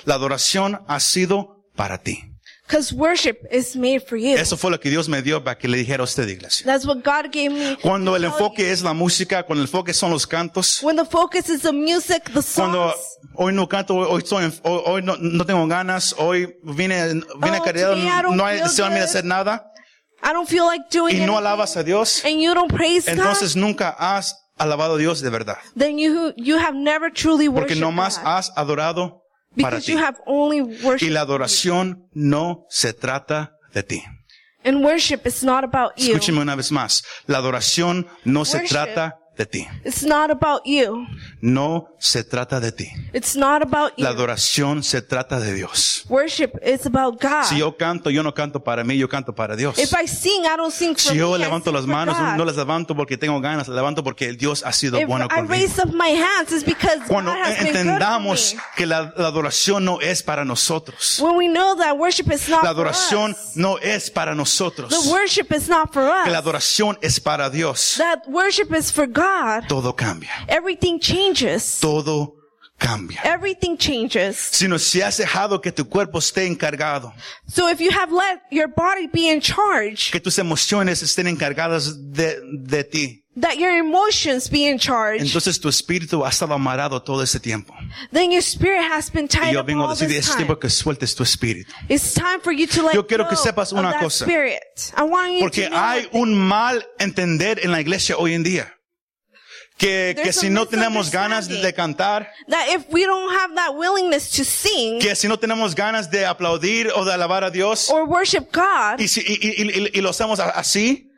[SPEAKER 1] La adoración ha sido para ti.
[SPEAKER 2] Because worship is made for you.
[SPEAKER 1] Eso fue lo que Dios me dio para que le dijera a usted, iglesia.
[SPEAKER 2] That's what God gave me.
[SPEAKER 1] Cuando el
[SPEAKER 2] to tell you.
[SPEAKER 1] enfoque es la música, cuando el enfoque son los cantos,
[SPEAKER 2] When the focus is the music, the songs.
[SPEAKER 1] cuando hoy no canto, hoy, hoy estoy en- hoy- hoy no, no tengo ganas, hoy vine, vine
[SPEAKER 2] Oh,
[SPEAKER 1] cargado,
[SPEAKER 2] today I don't
[SPEAKER 1] no hay
[SPEAKER 2] feel
[SPEAKER 1] deseo en mí de
[SPEAKER 2] good.
[SPEAKER 1] hacer nada,
[SPEAKER 2] I don't feel like doing
[SPEAKER 1] y no
[SPEAKER 2] anything,
[SPEAKER 1] alabas a Dios,
[SPEAKER 2] and you don't praise
[SPEAKER 1] entonces nunca has alabado a Dios de verdad.
[SPEAKER 2] God, then you you have never truly
[SPEAKER 1] Porque
[SPEAKER 2] worshipped
[SPEAKER 1] nomás
[SPEAKER 2] God
[SPEAKER 1] has adorado para
[SPEAKER 2] because
[SPEAKER 1] ti.
[SPEAKER 2] you have only
[SPEAKER 1] Y
[SPEAKER 2] worshipped.
[SPEAKER 1] la adoración no se trata de ti.
[SPEAKER 2] and worship is not about you.
[SPEAKER 1] Escúcheme una vez más. La adoración no se
[SPEAKER 2] Worship.
[SPEAKER 1] trata de ti.
[SPEAKER 2] It's not about you.
[SPEAKER 1] No se trata de ti.
[SPEAKER 2] It's not about you.
[SPEAKER 1] La adoración se trata de Dios.
[SPEAKER 2] worship is about God.
[SPEAKER 1] Si yo canto, yo no canto para mí, yo canto para Dios.
[SPEAKER 2] Ah. if I sing, I don't sing for
[SPEAKER 1] Si yo
[SPEAKER 2] me, I
[SPEAKER 1] levanto
[SPEAKER 2] sing
[SPEAKER 1] las
[SPEAKER 2] for
[SPEAKER 1] manos,
[SPEAKER 2] God.
[SPEAKER 1] no las levanto porque tengo ganas, las levanto porque Dios ha sido
[SPEAKER 2] if
[SPEAKER 1] bueno
[SPEAKER 2] I
[SPEAKER 1] conmigo.
[SPEAKER 2] raise up my hands, it's because
[SPEAKER 1] Cuando
[SPEAKER 2] God has been
[SPEAKER 1] entendamos
[SPEAKER 2] good for
[SPEAKER 1] que la, la adoración no es para nosotros.
[SPEAKER 2] me. When we know that worship is not
[SPEAKER 1] La
[SPEAKER 2] for
[SPEAKER 1] adoración
[SPEAKER 2] us,
[SPEAKER 1] no es para nosotros.
[SPEAKER 2] the worship is not for us.
[SPEAKER 1] Que la adoración es para Dios.
[SPEAKER 2] that worship is for God.
[SPEAKER 1] Todo cambia.
[SPEAKER 2] Everything changes.
[SPEAKER 1] Todo cambia.
[SPEAKER 2] Everything changes.
[SPEAKER 1] Sino si has dejado que tu cuerpo esté encargado,
[SPEAKER 2] So if you have let your body be in charge,
[SPEAKER 1] que tus emociones estén encargadas de, de ti,
[SPEAKER 2] that your emotions be in charge,
[SPEAKER 1] entonces tu espíritu ha estado amarrado todo ese tiempo.
[SPEAKER 2] then your spirit has been
[SPEAKER 1] Y
[SPEAKER 2] tied
[SPEAKER 1] yo
[SPEAKER 2] up
[SPEAKER 1] vengo a
[SPEAKER 2] all
[SPEAKER 1] decir,
[SPEAKER 2] this
[SPEAKER 1] es
[SPEAKER 2] time.
[SPEAKER 1] tiempo que sueltes tu espíritu.
[SPEAKER 2] It's time for you to let
[SPEAKER 1] Yo quiero
[SPEAKER 2] go
[SPEAKER 1] que sepas una
[SPEAKER 2] of that
[SPEAKER 1] cosa.
[SPEAKER 2] spirit. I want you
[SPEAKER 1] Porque
[SPEAKER 2] to know
[SPEAKER 1] hay un mal entender en la iglesia hoy en día. Que, que
[SPEAKER 2] There's
[SPEAKER 1] si
[SPEAKER 2] a
[SPEAKER 1] no tenemos ganas de
[SPEAKER 2] misunderstanding.
[SPEAKER 1] cantar,
[SPEAKER 2] that if we don't have that willingness to sing
[SPEAKER 1] que si no tenemos ganas de aplaudir o de alabar a Dios,
[SPEAKER 2] or worship God,
[SPEAKER 1] y, si- y, y- y- y lo hacemos a- así,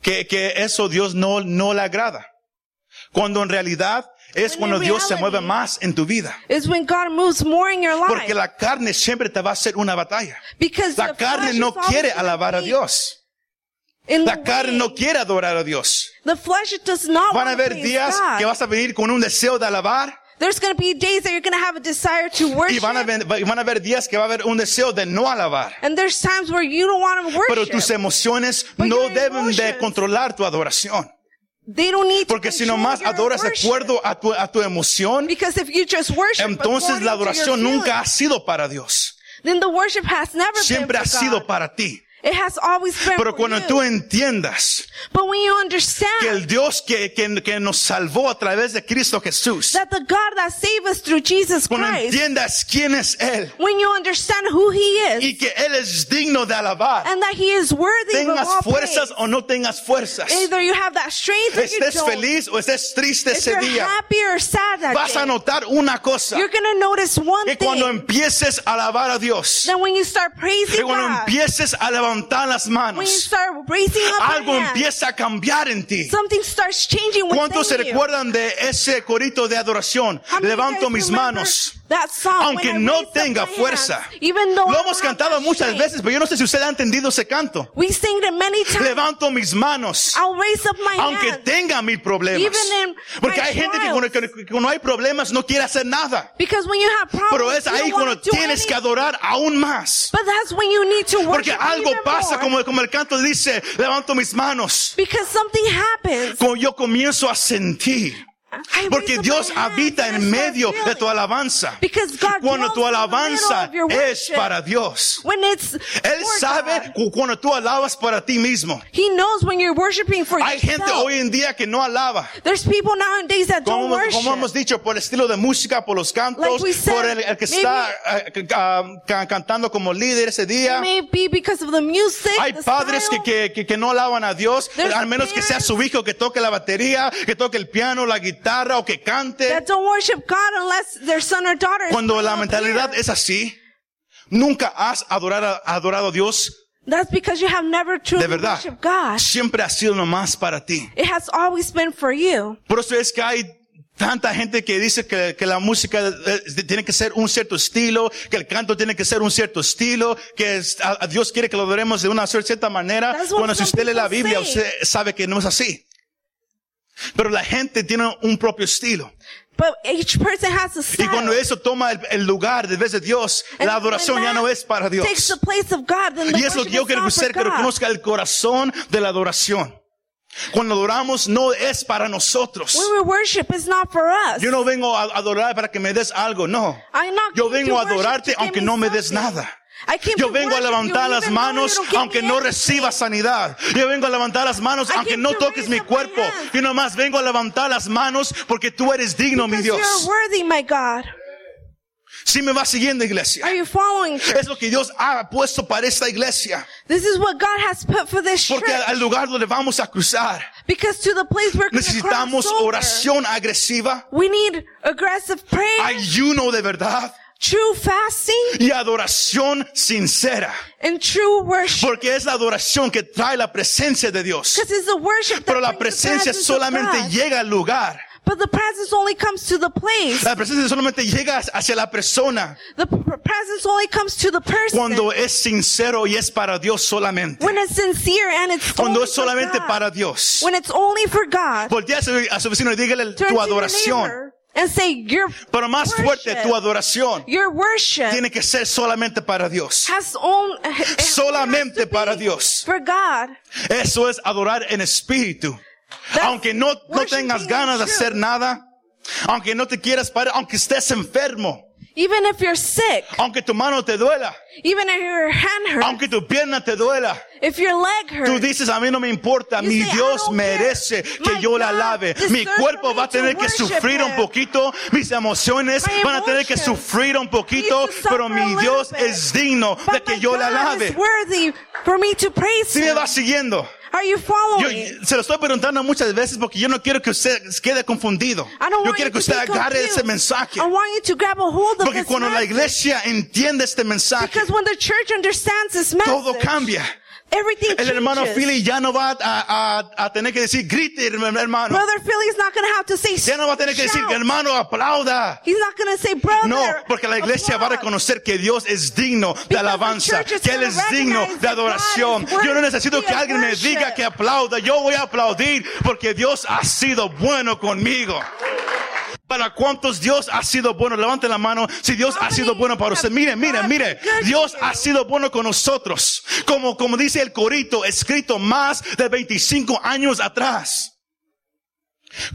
[SPEAKER 1] que, que eso Dios no, no le agrada. Cuando en realidad es
[SPEAKER 2] When
[SPEAKER 1] cuando
[SPEAKER 2] in
[SPEAKER 1] Dios se
[SPEAKER 2] reality-
[SPEAKER 1] mueve más en tu vida.
[SPEAKER 2] is when God moves more in your life.
[SPEAKER 1] Porque la carne siempre te va a hacer una batalla.
[SPEAKER 2] because
[SPEAKER 1] La
[SPEAKER 2] the
[SPEAKER 1] carne
[SPEAKER 2] flesh
[SPEAKER 1] no
[SPEAKER 2] is always
[SPEAKER 1] quiere
[SPEAKER 2] gonna
[SPEAKER 1] alabar a
[SPEAKER 2] be
[SPEAKER 1] Dios.
[SPEAKER 2] in the
[SPEAKER 1] La carne
[SPEAKER 2] way.
[SPEAKER 1] no quiere adorar a Dios.
[SPEAKER 2] The flesh does not
[SPEAKER 1] Van a
[SPEAKER 2] want to
[SPEAKER 1] haber
[SPEAKER 2] praise
[SPEAKER 1] días
[SPEAKER 2] God.
[SPEAKER 1] que vas a venir con un deseo de alabar
[SPEAKER 2] There's going to be days that you're going to have a desire to worship.
[SPEAKER 1] y van a, ven- y van a haber días que va a haber un deseo de no alabar.
[SPEAKER 2] And there's times where you don't want to
[SPEAKER 1] Pero
[SPEAKER 2] worship.
[SPEAKER 1] tus emociones
[SPEAKER 2] But
[SPEAKER 1] no
[SPEAKER 2] your
[SPEAKER 1] deben de
[SPEAKER 2] emotions-
[SPEAKER 1] controlar tu adoración.
[SPEAKER 2] they don't need
[SPEAKER 1] Porque
[SPEAKER 2] to
[SPEAKER 1] si
[SPEAKER 2] control
[SPEAKER 1] nomás
[SPEAKER 2] your
[SPEAKER 1] adoras de
[SPEAKER 2] worship.
[SPEAKER 1] acuerdo a tu, a tu emoción,
[SPEAKER 2] Because if you just worship
[SPEAKER 1] entonces
[SPEAKER 2] according
[SPEAKER 1] la
[SPEAKER 2] to your
[SPEAKER 1] adoración nunca ha
[SPEAKER 2] feelings,
[SPEAKER 1] sido para Dios.
[SPEAKER 2] then the worship has never
[SPEAKER 1] Siempre
[SPEAKER 2] been
[SPEAKER 1] ha
[SPEAKER 2] for
[SPEAKER 1] sido
[SPEAKER 2] God.
[SPEAKER 1] para ti.
[SPEAKER 2] It has always been
[SPEAKER 1] Pero
[SPEAKER 2] for
[SPEAKER 1] cuando
[SPEAKER 2] you.
[SPEAKER 1] tú entiendas
[SPEAKER 2] But when you understand
[SPEAKER 1] que el Dios que, que, que nos salvó a través de Cristo Jesús,
[SPEAKER 2] that the God that saved us through Jesus
[SPEAKER 1] cuando
[SPEAKER 2] Christ,
[SPEAKER 1] entiendas quién es Él
[SPEAKER 2] when you understand who He is
[SPEAKER 1] y que Él es digno de alabar,
[SPEAKER 2] and that He is worthy
[SPEAKER 1] tengas
[SPEAKER 2] of all
[SPEAKER 1] fuerzas
[SPEAKER 2] praise,
[SPEAKER 1] o no tengas fuerzas,
[SPEAKER 2] either you have that strength or you
[SPEAKER 1] estés
[SPEAKER 2] don't.
[SPEAKER 1] feliz o estés triste
[SPEAKER 2] if
[SPEAKER 1] ese
[SPEAKER 2] you're
[SPEAKER 1] día,
[SPEAKER 2] happy or sad that
[SPEAKER 1] vas
[SPEAKER 2] day,
[SPEAKER 1] a notar una cosa,
[SPEAKER 2] You're gonna notice one
[SPEAKER 1] que
[SPEAKER 2] thing.
[SPEAKER 1] cuando empieces a alabar a Dios,
[SPEAKER 2] Then when you start praising
[SPEAKER 1] que cuando
[SPEAKER 2] God,
[SPEAKER 1] empieces a levantar las
[SPEAKER 2] when you
[SPEAKER 1] manos,
[SPEAKER 2] start raising up
[SPEAKER 1] algo
[SPEAKER 2] your hands,
[SPEAKER 1] empieza a cambiar en ti.
[SPEAKER 2] something starts changing within
[SPEAKER 1] ¿Cuántos se
[SPEAKER 2] you.
[SPEAKER 1] recuerdan de ese corito de adoración?
[SPEAKER 2] How many
[SPEAKER 1] Levanto
[SPEAKER 2] guys
[SPEAKER 1] mis
[SPEAKER 2] remember
[SPEAKER 1] manos
[SPEAKER 2] That song,
[SPEAKER 1] Aunque
[SPEAKER 2] when I
[SPEAKER 1] no
[SPEAKER 2] raised up
[SPEAKER 1] tenga
[SPEAKER 2] my
[SPEAKER 1] fuerza.
[SPEAKER 2] hands, even though
[SPEAKER 1] Lo
[SPEAKER 2] I
[SPEAKER 1] hemos
[SPEAKER 2] don't have
[SPEAKER 1] cantado
[SPEAKER 2] much
[SPEAKER 1] muchas
[SPEAKER 2] strength.
[SPEAKER 1] veces, pero yo no sé si usted ha entendido ese canto.
[SPEAKER 2] We sing it many times.
[SPEAKER 1] Levanto mis manos,
[SPEAKER 2] I'll raise up my
[SPEAKER 1] aunque
[SPEAKER 2] hands
[SPEAKER 1] tenga mil problemas.
[SPEAKER 2] Even in
[SPEAKER 1] Porque
[SPEAKER 2] my
[SPEAKER 1] hay gente que cuando, que cuando hay problemas no quiere hacer nada.
[SPEAKER 2] because when you have problems,
[SPEAKER 1] Pero es
[SPEAKER 2] you
[SPEAKER 1] ahí
[SPEAKER 2] don't wanna
[SPEAKER 1] cuando
[SPEAKER 2] do
[SPEAKER 1] tienes que
[SPEAKER 2] anything.
[SPEAKER 1] adorar aún más.
[SPEAKER 2] But that's when you need to work.
[SPEAKER 1] Porque algo pasa, como, como el canto dice, levanto mis manos.
[SPEAKER 2] because something happens.
[SPEAKER 1] Como yo comienzo a sentir.
[SPEAKER 2] I
[SPEAKER 1] Porque
[SPEAKER 2] raise up
[SPEAKER 1] Dios
[SPEAKER 2] my hands
[SPEAKER 1] habita
[SPEAKER 2] and I
[SPEAKER 1] en
[SPEAKER 2] start
[SPEAKER 1] medio de
[SPEAKER 2] feeling.
[SPEAKER 1] tu alabanza.
[SPEAKER 2] Because God
[SPEAKER 1] Cuando
[SPEAKER 2] dwells
[SPEAKER 1] tu
[SPEAKER 2] in the middle
[SPEAKER 1] alabanza
[SPEAKER 2] of your
[SPEAKER 1] es
[SPEAKER 2] worship.
[SPEAKER 1] para Dios.
[SPEAKER 2] When it's
[SPEAKER 1] Él
[SPEAKER 2] for
[SPEAKER 1] sabe
[SPEAKER 2] God.
[SPEAKER 1] cu- cuando tú alabas para ti mismo.
[SPEAKER 2] He knows when you're worshiping for
[SPEAKER 1] Hay
[SPEAKER 2] yourself.
[SPEAKER 1] gente hoy en día que no alaba.
[SPEAKER 2] There's people nowadays that
[SPEAKER 1] Como,
[SPEAKER 2] don't
[SPEAKER 1] hemos-
[SPEAKER 2] worship.
[SPEAKER 1] como hemos dicho, por el estilo de música, por los cantos,
[SPEAKER 2] Like we said,
[SPEAKER 1] por el, el que está eh, ca- ca- cantando como líder ese día.
[SPEAKER 2] Maybe because of the music.
[SPEAKER 1] Hay
[SPEAKER 2] the
[SPEAKER 1] padres que, que,
[SPEAKER 2] style.
[SPEAKER 1] que, que no alaban a Dios,
[SPEAKER 2] There's
[SPEAKER 1] al menos que sea
[SPEAKER 2] parents-
[SPEAKER 1] su hijo que toque la batería, que toque el piano, la guitarra o que cante.
[SPEAKER 2] that don't worship God unless their son or daughter. is
[SPEAKER 1] Cuando
[SPEAKER 2] playing
[SPEAKER 1] la
[SPEAKER 2] up
[SPEAKER 1] mentalidad
[SPEAKER 2] here.
[SPEAKER 1] es así, nunca has adorado, adorado a Dios
[SPEAKER 2] That's because you have never truly
[SPEAKER 1] de verdad.
[SPEAKER 2] worshiped God.
[SPEAKER 1] Siempre ha sido nomás para ti.
[SPEAKER 2] It has always been for you.
[SPEAKER 1] Por eso es que hay tanta gente que dice que, que la música eh, tiene que ser un cierto estilo, que el canto tiene que ser un cierto estilo, que es- a, a Dios quiere que lo adoremos de una cierta manera.
[SPEAKER 2] That's what
[SPEAKER 1] Cuando si
[SPEAKER 2] some
[SPEAKER 1] usted lee la
[SPEAKER 2] people
[SPEAKER 1] Biblia,
[SPEAKER 2] say.
[SPEAKER 1] usted sabe que no es así. Pero la gente tiene un propio estilo.
[SPEAKER 2] But each person has a style.
[SPEAKER 1] Y cuando eso toma el, el lugar de vez de Dios,
[SPEAKER 2] And
[SPEAKER 1] la
[SPEAKER 2] when
[SPEAKER 1] adoración ya
[SPEAKER 2] that
[SPEAKER 1] no es para Dios.
[SPEAKER 2] Takes the place of God, then the
[SPEAKER 1] Y es lo
[SPEAKER 2] worship
[SPEAKER 1] que yo quiero
[SPEAKER 2] is
[SPEAKER 1] que
[SPEAKER 2] not for
[SPEAKER 1] usted que
[SPEAKER 2] God.
[SPEAKER 1] reconozca el corazón de la adoración. Cuando adoramos no es para nosotros.
[SPEAKER 2] When we worship, it's not for us.
[SPEAKER 1] Yo no vengo a adorar para que me des algo, no.
[SPEAKER 2] I'm not
[SPEAKER 1] Yo
[SPEAKER 2] came
[SPEAKER 1] vengo a
[SPEAKER 2] to worship
[SPEAKER 1] adorarte
[SPEAKER 2] to give
[SPEAKER 1] aunque
[SPEAKER 2] me
[SPEAKER 1] no me des
[SPEAKER 2] something.
[SPEAKER 1] nada.
[SPEAKER 2] I came
[SPEAKER 1] Yo
[SPEAKER 2] to
[SPEAKER 1] vengo a
[SPEAKER 2] worship you
[SPEAKER 1] levantar las
[SPEAKER 2] even though you
[SPEAKER 1] manos
[SPEAKER 2] don't give me
[SPEAKER 1] aunque no
[SPEAKER 2] anything.
[SPEAKER 1] reciba sanidad. Yo vengo a levantar las manos
[SPEAKER 2] I
[SPEAKER 1] aunque
[SPEAKER 2] came
[SPEAKER 1] no
[SPEAKER 2] to
[SPEAKER 1] toques
[SPEAKER 2] raise
[SPEAKER 1] mi
[SPEAKER 2] up my
[SPEAKER 1] cuerpo.
[SPEAKER 2] hands.
[SPEAKER 1] Yo nomás vengo a levantar las manos porque tú eres digno, mi Dios.
[SPEAKER 2] Because You're worthy, my God.
[SPEAKER 1] Si me vas siguiendo, iglesia.
[SPEAKER 2] Are you following?
[SPEAKER 1] Es lo que Dios ha puesto para esta iglesia.
[SPEAKER 2] This is what God has put for this
[SPEAKER 1] Porque
[SPEAKER 2] church.
[SPEAKER 1] al lugar donde vamos a cruzar,
[SPEAKER 2] Because to the place we're going to
[SPEAKER 1] necesitamos
[SPEAKER 2] cross over,
[SPEAKER 1] oración agresiva,
[SPEAKER 2] we need aggressive prayer,
[SPEAKER 1] ayuno de verdad
[SPEAKER 2] true fasting,
[SPEAKER 1] y adoración sincera.
[SPEAKER 2] and true worship.
[SPEAKER 1] Porque es la adoración que trae la presencia de Dios.
[SPEAKER 2] Because it's the worship that
[SPEAKER 1] Pero la
[SPEAKER 2] brings the
[SPEAKER 1] presencia
[SPEAKER 2] presence of
[SPEAKER 1] solamente
[SPEAKER 2] God.
[SPEAKER 1] llega al lugar.
[SPEAKER 2] But the presence only comes to the place.
[SPEAKER 1] La presencia solamente llega hacia la persona
[SPEAKER 2] The pr- presence only comes to the person
[SPEAKER 1] cuando es sincero y es para Dios solamente.
[SPEAKER 2] when it's sincere and it's
[SPEAKER 1] Cuando
[SPEAKER 2] only
[SPEAKER 1] es
[SPEAKER 2] for
[SPEAKER 1] solamente
[SPEAKER 2] God.
[SPEAKER 1] para Dios.
[SPEAKER 2] when it's only for God.
[SPEAKER 1] Voltea a su, a su vecino y dígale
[SPEAKER 2] Turn
[SPEAKER 1] tu
[SPEAKER 2] to your
[SPEAKER 1] adoración.
[SPEAKER 2] neighbor and say your
[SPEAKER 1] Pero más fuerte,
[SPEAKER 2] worship,
[SPEAKER 1] tu adoración
[SPEAKER 2] your worship
[SPEAKER 1] tiene que ser solamente para Dios.
[SPEAKER 2] has on,
[SPEAKER 1] solamente
[SPEAKER 2] has to be
[SPEAKER 1] para Dios.
[SPEAKER 2] for God.
[SPEAKER 1] Eso es adorar en espíritu.
[SPEAKER 2] That's
[SPEAKER 1] Aunque no, no
[SPEAKER 2] worshiping
[SPEAKER 1] tengas
[SPEAKER 2] in
[SPEAKER 1] ganas de
[SPEAKER 2] truth.
[SPEAKER 1] hacer nada, aunque no te quieras parar, aunque estés enfermo,
[SPEAKER 2] Even if you're sick,
[SPEAKER 1] aunque tu mano te duela,
[SPEAKER 2] even if your hand hurts,
[SPEAKER 1] aunque tu pierna te duela,
[SPEAKER 2] if your leg
[SPEAKER 1] tú
[SPEAKER 2] hurts,
[SPEAKER 1] dices, a mí no me importa,
[SPEAKER 2] You
[SPEAKER 1] mi
[SPEAKER 2] say, "I
[SPEAKER 1] Dios
[SPEAKER 2] don't care.
[SPEAKER 1] merece que
[SPEAKER 2] My
[SPEAKER 1] yo la
[SPEAKER 2] God
[SPEAKER 1] lave,
[SPEAKER 2] deserves
[SPEAKER 1] mi
[SPEAKER 2] for
[SPEAKER 1] cuerpo
[SPEAKER 2] me
[SPEAKER 1] va a
[SPEAKER 2] to
[SPEAKER 1] tener que
[SPEAKER 2] worship
[SPEAKER 1] sufrir un
[SPEAKER 2] Him.
[SPEAKER 1] poquito, mis emociones
[SPEAKER 2] My
[SPEAKER 1] van a tener que
[SPEAKER 2] emotions.
[SPEAKER 1] sufrir un
[SPEAKER 2] I
[SPEAKER 1] poquito,
[SPEAKER 2] need to
[SPEAKER 1] pero
[SPEAKER 2] suffer a
[SPEAKER 1] mi
[SPEAKER 2] little
[SPEAKER 1] Dios
[SPEAKER 2] bit.
[SPEAKER 1] es digno de
[SPEAKER 2] but
[SPEAKER 1] que
[SPEAKER 2] my
[SPEAKER 1] yo la
[SPEAKER 2] God
[SPEAKER 1] lave.
[SPEAKER 2] is worthy for me to praise
[SPEAKER 1] Si me
[SPEAKER 2] Him.
[SPEAKER 1] vas siguiendo,
[SPEAKER 2] Are you
[SPEAKER 1] Yo
[SPEAKER 2] following?
[SPEAKER 1] se lo estoy preguntando muchas veces porque yo no quiero que usted quede confundido.
[SPEAKER 2] I don't
[SPEAKER 1] Yo
[SPEAKER 2] want
[SPEAKER 1] quiero
[SPEAKER 2] you
[SPEAKER 1] que
[SPEAKER 2] to
[SPEAKER 1] usted
[SPEAKER 2] be
[SPEAKER 1] agarre
[SPEAKER 2] confused.
[SPEAKER 1] ese mensaje.
[SPEAKER 2] I want you to grab a hold of
[SPEAKER 1] Porque
[SPEAKER 2] this
[SPEAKER 1] cuando la
[SPEAKER 2] message.
[SPEAKER 1] iglesia entiende este mensaje,
[SPEAKER 2] Because when the church understands this message,
[SPEAKER 1] todo cambia.
[SPEAKER 2] everything
[SPEAKER 1] El hermano
[SPEAKER 2] changes.
[SPEAKER 1] Philly ya no va a, a- a tener que decir, grite, hermano.
[SPEAKER 2] Brother Philly's not going to have to say,
[SPEAKER 1] Ya no va a tener que decir,
[SPEAKER 2] shout.
[SPEAKER 1] hermano, aplauda.
[SPEAKER 2] He's not going to say, brother.
[SPEAKER 1] No, porque la iglesia va a
[SPEAKER 2] applaud."
[SPEAKER 1] reconocer que Dios es digno de alabanza,
[SPEAKER 2] the church is
[SPEAKER 1] que Él es
[SPEAKER 2] gonna
[SPEAKER 1] digno
[SPEAKER 2] recognize
[SPEAKER 1] de
[SPEAKER 2] that God
[SPEAKER 1] adoración.
[SPEAKER 2] is worthy
[SPEAKER 1] Yo no necesito que
[SPEAKER 2] of
[SPEAKER 1] alguien me
[SPEAKER 2] worship.
[SPEAKER 1] diga que aplauda. Yo voy a aplaudir porque Dios ha sido bueno conmigo. ¿Para cuántos Dios ha sido bueno? Levante la mano si Dios ha sido bueno para usted. Mire, mire, mire. Dios ha sido bueno con nosotros. Como, como dice el corito escrito más de 25 años atrás.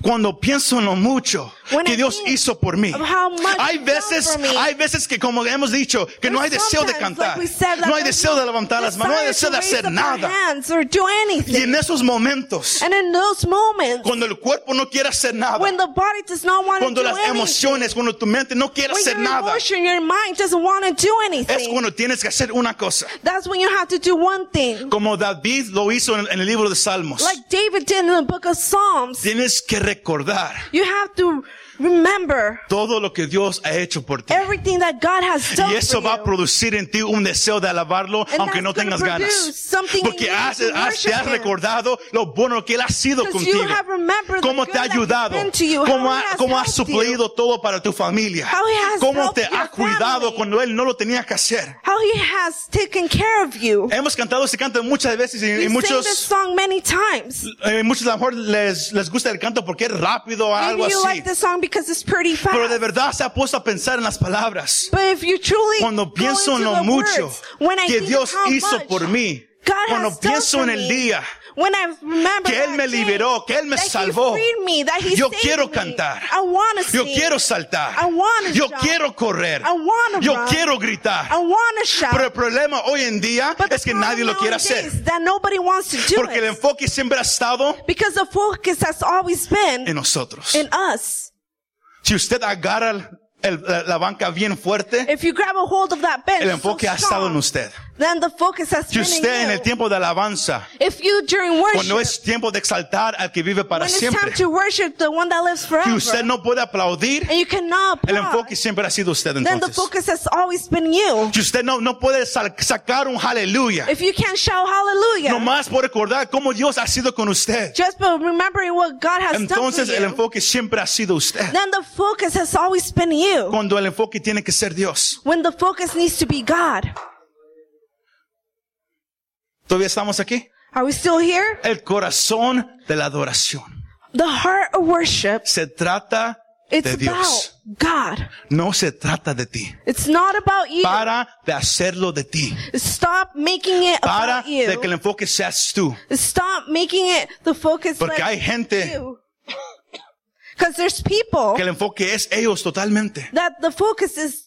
[SPEAKER 1] Cuando pienso en lo mucho
[SPEAKER 2] When
[SPEAKER 1] que
[SPEAKER 2] I
[SPEAKER 1] Dios
[SPEAKER 2] think
[SPEAKER 1] hizo por mí.
[SPEAKER 2] of how much
[SPEAKER 1] Hay
[SPEAKER 2] He's done
[SPEAKER 1] veces,
[SPEAKER 2] for me.
[SPEAKER 1] hay veces que como hemos dicho, que no hay
[SPEAKER 2] There's
[SPEAKER 1] deseo de
[SPEAKER 2] sometimes,
[SPEAKER 1] cantar.
[SPEAKER 2] like we said, that
[SPEAKER 1] No hay
[SPEAKER 2] there's
[SPEAKER 1] deseo de levantar las manos, no hay deseo
[SPEAKER 2] desire
[SPEAKER 1] de
[SPEAKER 2] to
[SPEAKER 1] hacer
[SPEAKER 2] raise up our
[SPEAKER 1] nada.
[SPEAKER 2] hands or do
[SPEAKER 1] Y
[SPEAKER 2] anything.
[SPEAKER 1] en esos momentos,
[SPEAKER 2] And in those moments,
[SPEAKER 1] cuando el cuerpo no quiere hacer nada,
[SPEAKER 2] when the body does not want to
[SPEAKER 1] cuando
[SPEAKER 2] do
[SPEAKER 1] las
[SPEAKER 2] anything,
[SPEAKER 1] emociones, cuando tu mente no quiere hacer
[SPEAKER 2] when your
[SPEAKER 1] nada,
[SPEAKER 2] emotion, your mind doesn't want to do
[SPEAKER 1] es
[SPEAKER 2] anything,
[SPEAKER 1] cuando tienes que hacer una cosa.
[SPEAKER 2] that's when you have to do one thing.
[SPEAKER 1] Como David lo hizo en en el libro de Salmos.
[SPEAKER 2] Like David did in the book of Psalms,
[SPEAKER 1] Tienes que recordar
[SPEAKER 2] you have to Remember
[SPEAKER 1] todo lo que Dios ha hecho por ti.
[SPEAKER 2] everything that God has done
[SPEAKER 1] Y eso
[SPEAKER 2] for
[SPEAKER 1] va a
[SPEAKER 2] you.
[SPEAKER 1] producir en ti un deseo de alabarlo,
[SPEAKER 2] And
[SPEAKER 1] aunque
[SPEAKER 2] that's
[SPEAKER 1] no
[SPEAKER 2] gonna
[SPEAKER 1] tengas ganas.
[SPEAKER 2] produce something in
[SPEAKER 1] Porque
[SPEAKER 2] you
[SPEAKER 1] has,
[SPEAKER 2] to
[SPEAKER 1] has- te
[SPEAKER 2] worship
[SPEAKER 1] has
[SPEAKER 2] him.
[SPEAKER 1] recordado lo bueno que Él ha sido
[SPEAKER 2] Because you
[SPEAKER 1] contigo.
[SPEAKER 2] have remembered the
[SPEAKER 1] Cómo
[SPEAKER 2] good
[SPEAKER 1] te ha
[SPEAKER 2] that he's
[SPEAKER 1] ayudado.
[SPEAKER 2] been to you,
[SPEAKER 1] Cómo
[SPEAKER 2] how
[SPEAKER 1] ha,
[SPEAKER 2] he has
[SPEAKER 1] cómo ha
[SPEAKER 2] helped
[SPEAKER 1] suplido todo para tu familia.
[SPEAKER 2] How he has
[SPEAKER 1] Cómo
[SPEAKER 2] helped
[SPEAKER 1] te
[SPEAKER 2] your
[SPEAKER 1] ha cuidado
[SPEAKER 2] family.
[SPEAKER 1] cuando Él no lo tenía que hacer.
[SPEAKER 2] How he has taken care of you.
[SPEAKER 1] Hemos cantado este canto muchas veces y- y,
[SPEAKER 2] We sang this
[SPEAKER 1] muchos,
[SPEAKER 2] song many times.
[SPEAKER 1] eh, muchos a lo mejor les, les gusta el canto porque es rápido o
[SPEAKER 2] Maybe
[SPEAKER 1] algo
[SPEAKER 2] you
[SPEAKER 1] así.
[SPEAKER 2] like this song because it's pretty fast.
[SPEAKER 1] Pero de verdad se ha puesto a pensar en las palabras.
[SPEAKER 2] But if you truly
[SPEAKER 1] Cuando
[SPEAKER 2] go
[SPEAKER 1] pienso en
[SPEAKER 2] into
[SPEAKER 1] lo
[SPEAKER 2] the
[SPEAKER 1] mucho
[SPEAKER 2] words, when I
[SPEAKER 1] que
[SPEAKER 2] think
[SPEAKER 1] Dios
[SPEAKER 2] of how
[SPEAKER 1] hizo
[SPEAKER 2] much
[SPEAKER 1] por mí,
[SPEAKER 2] God
[SPEAKER 1] cuando
[SPEAKER 2] has done
[SPEAKER 1] pienso en
[SPEAKER 2] for
[SPEAKER 1] el
[SPEAKER 2] me,
[SPEAKER 1] día,
[SPEAKER 2] when I remember
[SPEAKER 1] que Él
[SPEAKER 2] that
[SPEAKER 1] me
[SPEAKER 2] day,
[SPEAKER 1] liberó, que Él me
[SPEAKER 2] that he
[SPEAKER 1] salvó,
[SPEAKER 2] freed me, that he
[SPEAKER 1] yo
[SPEAKER 2] saved
[SPEAKER 1] quiero
[SPEAKER 2] me.
[SPEAKER 1] cantar,
[SPEAKER 2] I wanna
[SPEAKER 1] yo
[SPEAKER 2] sing.
[SPEAKER 1] quiero saltar,
[SPEAKER 2] I wanna
[SPEAKER 1] yo
[SPEAKER 2] jump.
[SPEAKER 1] quiero correr,
[SPEAKER 2] I wanna
[SPEAKER 1] yo
[SPEAKER 2] run.
[SPEAKER 1] quiero gritar.
[SPEAKER 2] I want to shout.
[SPEAKER 1] Pero el problema hoy en día
[SPEAKER 2] But the
[SPEAKER 1] es que nadie
[SPEAKER 2] problem
[SPEAKER 1] lo quiere
[SPEAKER 2] nowadays
[SPEAKER 1] hacer,
[SPEAKER 2] is That nobody wants to do
[SPEAKER 1] porque el
[SPEAKER 2] it.
[SPEAKER 1] enfoque siempre ha estado
[SPEAKER 2] Because the focus has always been
[SPEAKER 1] en nosotros.
[SPEAKER 2] in us.
[SPEAKER 1] Si usted agarra el- la, la banca bien fuerte,
[SPEAKER 2] If you grab a hold of that bench,
[SPEAKER 1] el
[SPEAKER 2] so
[SPEAKER 1] enfoque ha estado en
[SPEAKER 2] strong,
[SPEAKER 1] usted.
[SPEAKER 2] then the focus has
[SPEAKER 1] Si
[SPEAKER 2] been
[SPEAKER 1] usted en
[SPEAKER 2] in
[SPEAKER 1] el
[SPEAKER 2] you.
[SPEAKER 1] tiempo de alabanza,
[SPEAKER 2] if you during worship,
[SPEAKER 1] cuando es tiempo de exaltar al que vive para
[SPEAKER 2] when it's
[SPEAKER 1] siempre,
[SPEAKER 2] time to worship the one that lives forever,
[SPEAKER 1] Y usted no puede aplaudir,
[SPEAKER 2] and you cannot
[SPEAKER 1] el
[SPEAKER 2] applaud,
[SPEAKER 1] enfoque siempre ha sido usted
[SPEAKER 2] Ah. then the
[SPEAKER 1] entonces.
[SPEAKER 2] focus has always been you.
[SPEAKER 1] Si usted no, no puede sal- sacar un aleluya,
[SPEAKER 2] If you can't shout hallelujah,
[SPEAKER 1] nomás por recordar cómo Dios ha sido con usted,
[SPEAKER 2] just by remembering what God has
[SPEAKER 1] entonces el
[SPEAKER 2] done for you,
[SPEAKER 1] enfoque siempre ha sido usted.
[SPEAKER 2] then the focus has always been you.
[SPEAKER 1] Cuando el enfoque tiene que ser Dios.
[SPEAKER 2] when the focus needs to be God.
[SPEAKER 1] ¿Todavía estamos aquí?
[SPEAKER 2] Are we still here?
[SPEAKER 1] El corazón de la adoración.
[SPEAKER 2] The heart of worship,
[SPEAKER 1] Se trata
[SPEAKER 2] it's
[SPEAKER 1] de Dios.
[SPEAKER 2] about God.
[SPEAKER 1] No se trata de ti.
[SPEAKER 2] It's not about you.
[SPEAKER 1] Para de hacerlo de ti.
[SPEAKER 2] Stop making it
[SPEAKER 1] Para
[SPEAKER 2] about you.
[SPEAKER 1] de que el enfoque seas tú.
[SPEAKER 2] Stop making it the focus
[SPEAKER 1] Porque hay
[SPEAKER 2] like
[SPEAKER 1] gente
[SPEAKER 2] you. Because there's people
[SPEAKER 1] que el enfoque es ellos totalmente.
[SPEAKER 2] that the focus is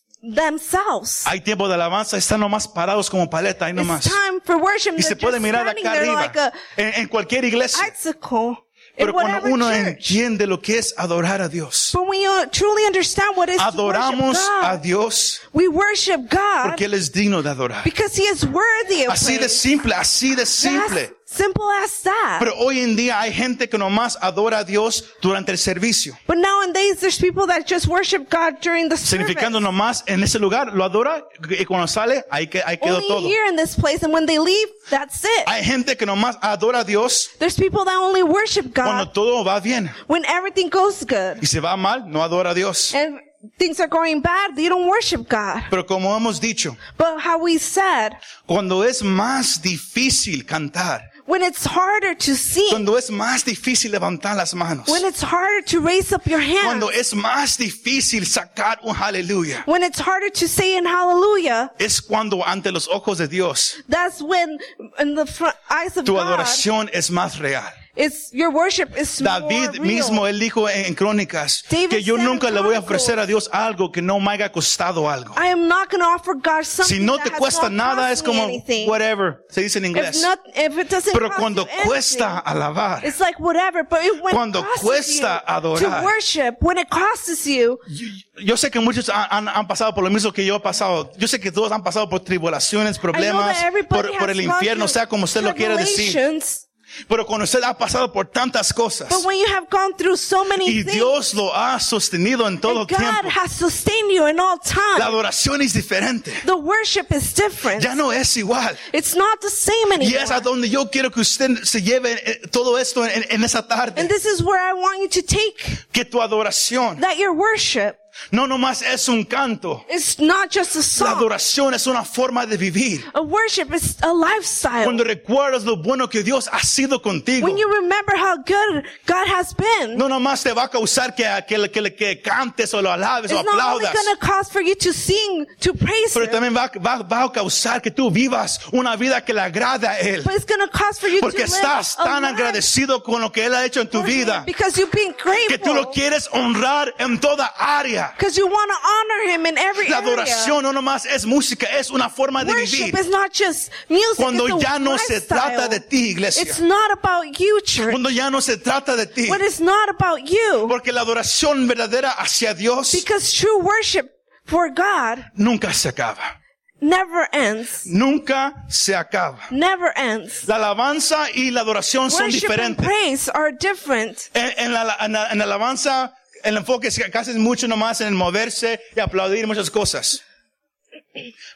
[SPEAKER 2] themselves.
[SPEAKER 1] Hay tiempo de alabanza, están nomás parados como paleta, ahí nomás.
[SPEAKER 2] It's time for worship.
[SPEAKER 1] Y
[SPEAKER 2] They're
[SPEAKER 1] se
[SPEAKER 2] just
[SPEAKER 1] puede mirar
[SPEAKER 2] standing
[SPEAKER 1] acá
[SPEAKER 2] there
[SPEAKER 1] arriba,
[SPEAKER 2] like a
[SPEAKER 1] en, en cualquier iglesia.
[SPEAKER 2] icicle in
[SPEAKER 1] Pero cuando
[SPEAKER 2] whatever
[SPEAKER 1] uno
[SPEAKER 2] church.
[SPEAKER 1] entiende lo que es adorar a Dios,
[SPEAKER 2] But when you truly understand what is to worship
[SPEAKER 1] adoramos a
[SPEAKER 2] God,
[SPEAKER 1] Dios
[SPEAKER 2] we worship God
[SPEAKER 1] porque Él es digno de adorar.
[SPEAKER 2] because He is worthy of
[SPEAKER 1] Así de
[SPEAKER 2] praise.
[SPEAKER 1] simple, así de simple.
[SPEAKER 2] That's simple as that.
[SPEAKER 1] Pero hoy en día hay gente que nomás adora a Dios durante el servicio.
[SPEAKER 2] but nowadays, there's people that just worship God during the service.
[SPEAKER 1] Significando nomás en ese lugar, lo adora y cuando sale, ahí, que, ahí quedó
[SPEAKER 2] Only
[SPEAKER 1] todo.
[SPEAKER 2] here in this place, and when they leave, that's it.
[SPEAKER 1] Hay gente que nomás adora a Dios
[SPEAKER 2] There's people that only worship
[SPEAKER 1] cuando
[SPEAKER 2] God
[SPEAKER 1] todo va bien.
[SPEAKER 2] when everything goes good.
[SPEAKER 1] Y si va mal, no adora a Dios.
[SPEAKER 2] And things are going bad, they don't worship God.
[SPEAKER 1] Pero como hemos dicho,
[SPEAKER 2] But how we said,
[SPEAKER 1] cuando es más difícil cantar,
[SPEAKER 2] when it's harder to sing,
[SPEAKER 1] cuando es más difícil levantar las manos,
[SPEAKER 2] when it's harder to raise up your hand,
[SPEAKER 1] cuando es más difícil sacar un aleluya,
[SPEAKER 2] when it's harder to say in hallelujah,
[SPEAKER 1] es cuando ante los ojos de Dios
[SPEAKER 2] that's when in the front eyes of
[SPEAKER 1] tu
[SPEAKER 2] God,
[SPEAKER 1] adoración es más real.
[SPEAKER 2] it's, your worship is more
[SPEAKER 1] David
[SPEAKER 2] real.
[SPEAKER 1] mismo, él dijo en, en Crónicas
[SPEAKER 2] David
[SPEAKER 1] que yo
[SPEAKER 2] said in
[SPEAKER 1] nunca le voy a ofrecer
[SPEAKER 2] Chronicles.
[SPEAKER 1] a Dios algo que no me haya costado algo.
[SPEAKER 2] I am not going to offer God something
[SPEAKER 1] Si no
[SPEAKER 2] that
[SPEAKER 1] te
[SPEAKER 2] has
[SPEAKER 1] cuesta
[SPEAKER 2] Ah, not
[SPEAKER 1] nada,
[SPEAKER 2] cost
[SPEAKER 1] es
[SPEAKER 2] me
[SPEAKER 1] como
[SPEAKER 2] anything.
[SPEAKER 1] whatever, se dice en
[SPEAKER 2] If,
[SPEAKER 1] inglés.
[SPEAKER 2] not, if it doesn't
[SPEAKER 1] Pero
[SPEAKER 2] cost
[SPEAKER 1] cuando
[SPEAKER 2] you anything,
[SPEAKER 1] cuesta alabar,
[SPEAKER 2] it's like whatever. But it, when
[SPEAKER 1] Cuando
[SPEAKER 2] it costs
[SPEAKER 1] cuesta
[SPEAKER 2] you
[SPEAKER 1] adorar.
[SPEAKER 2] to worship, when it costs you,
[SPEAKER 1] Yo, yo sé que muchos han, han- han pasado por lo mismo que yo he pasado. Yo sé que todos han pasado por tribulaciones, problemas,
[SPEAKER 2] I know that everybody
[SPEAKER 1] por,
[SPEAKER 2] has
[SPEAKER 1] por el
[SPEAKER 2] gone
[SPEAKER 1] infierno,
[SPEAKER 2] through
[SPEAKER 1] sea como usted lo quiera decir.
[SPEAKER 2] tribulations,
[SPEAKER 1] Pero cuando usted ha pasado por tantas cosas
[SPEAKER 2] But when you have gone through so many
[SPEAKER 1] y
[SPEAKER 2] things,
[SPEAKER 1] Dios lo ha sostenido en todo
[SPEAKER 2] and God
[SPEAKER 1] tiempo,
[SPEAKER 2] has sustained you in all time.
[SPEAKER 1] la adoración es diferente.
[SPEAKER 2] the worship is different.
[SPEAKER 1] Ya no es igual.
[SPEAKER 2] It's not the same
[SPEAKER 1] Y
[SPEAKER 2] anymore.
[SPEAKER 1] es a donde yo quiero que usted se lleve eh, todo esto en, en esa
[SPEAKER 2] and
[SPEAKER 1] tarde.
[SPEAKER 2] this is where I want you to take
[SPEAKER 1] Que tu adoración
[SPEAKER 2] that your worship
[SPEAKER 1] no nomás es un canto.
[SPEAKER 2] is not just a
[SPEAKER 1] La
[SPEAKER 2] song.
[SPEAKER 1] adoración es una forma de vivir.
[SPEAKER 2] A worship is a lifestyle.
[SPEAKER 1] Cuando recuerdas lo bueno que Dios ha sido contigo.
[SPEAKER 2] when you remember how good God has been,
[SPEAKER 1] No nomás te va a causar que, que, que, que cantes o lo alabes o
[SPEAKER 2] it's not only
[SPEAKER 1] aplaudas.
[SPEAKER 2] going to cause for you to sing, to praise
[SPEAKER 1] Pero
[SPEAKER 2] Him,
[SPEAKER 1] también va, va, va a causar que tú vivas una vida que le agrada a Él.
[SPEAKER 2] but it's going to cause for you to
[SPEAKER 1] Porque
[SPEAKER 2] live
[SPEAKER 1] estás
[SPEAKER 2] a
[SPEAKER 1] tan
[SPEAKER 2] life
[SPEAKER 1] agradecido con lo que Él ha hecho en tu
[SPEAKER 2] for Him
[SPEAKER 1] vida.
[SPEAKER 2] because you've been grateful.
[SPEAKER 1] Que tú lo quieres honrar en toda área.
[SPEAKER 2] Because you want to honor Him in every
[SPEAKER 1] La
[SPEAKER 2] area.
[SPEAKER 1] adoración no nomás es música, es una forma de
[SPEAKER 2] Worship
[SPEAKER 1] vivir.
[SPEAKER 2] is not just music.
[SPEAKER 1] Cuando
[SPEAKER 2] it's a
[SPEAKER 1] ya no se
[SPEAKER 2] lifestyle.
[SPEAKER 1] trata de ti, iglesia.
[SPEAKER 2] It's not about you, church.
[SPEAKER 1] Cuando ya no se trata de ti.
[SPEAKER 2] When it's not about you.
[SPEAKER 1] Porque la adoración verdadera hacia Dios
[SPEAKER 2] Because true worship for God
[SPEAKER 1] nunca se acaba.
[SPEAKER 2] never ends.
[SPEAKER 1] Nunca se acaba.
[SPEAKER 2] Never ends.
[SPEAKER 1] La alabanza y la adoración son
[SPEAKER 2] Worship and
[SPEAKER 1] diferentes.
[SPEAKER 2] praise are different.
[SPEAKER 1] En, en la, en la- en la alabanza el enfoque es que casi es mucho nomás en moverse y aplaudir muchas cosas.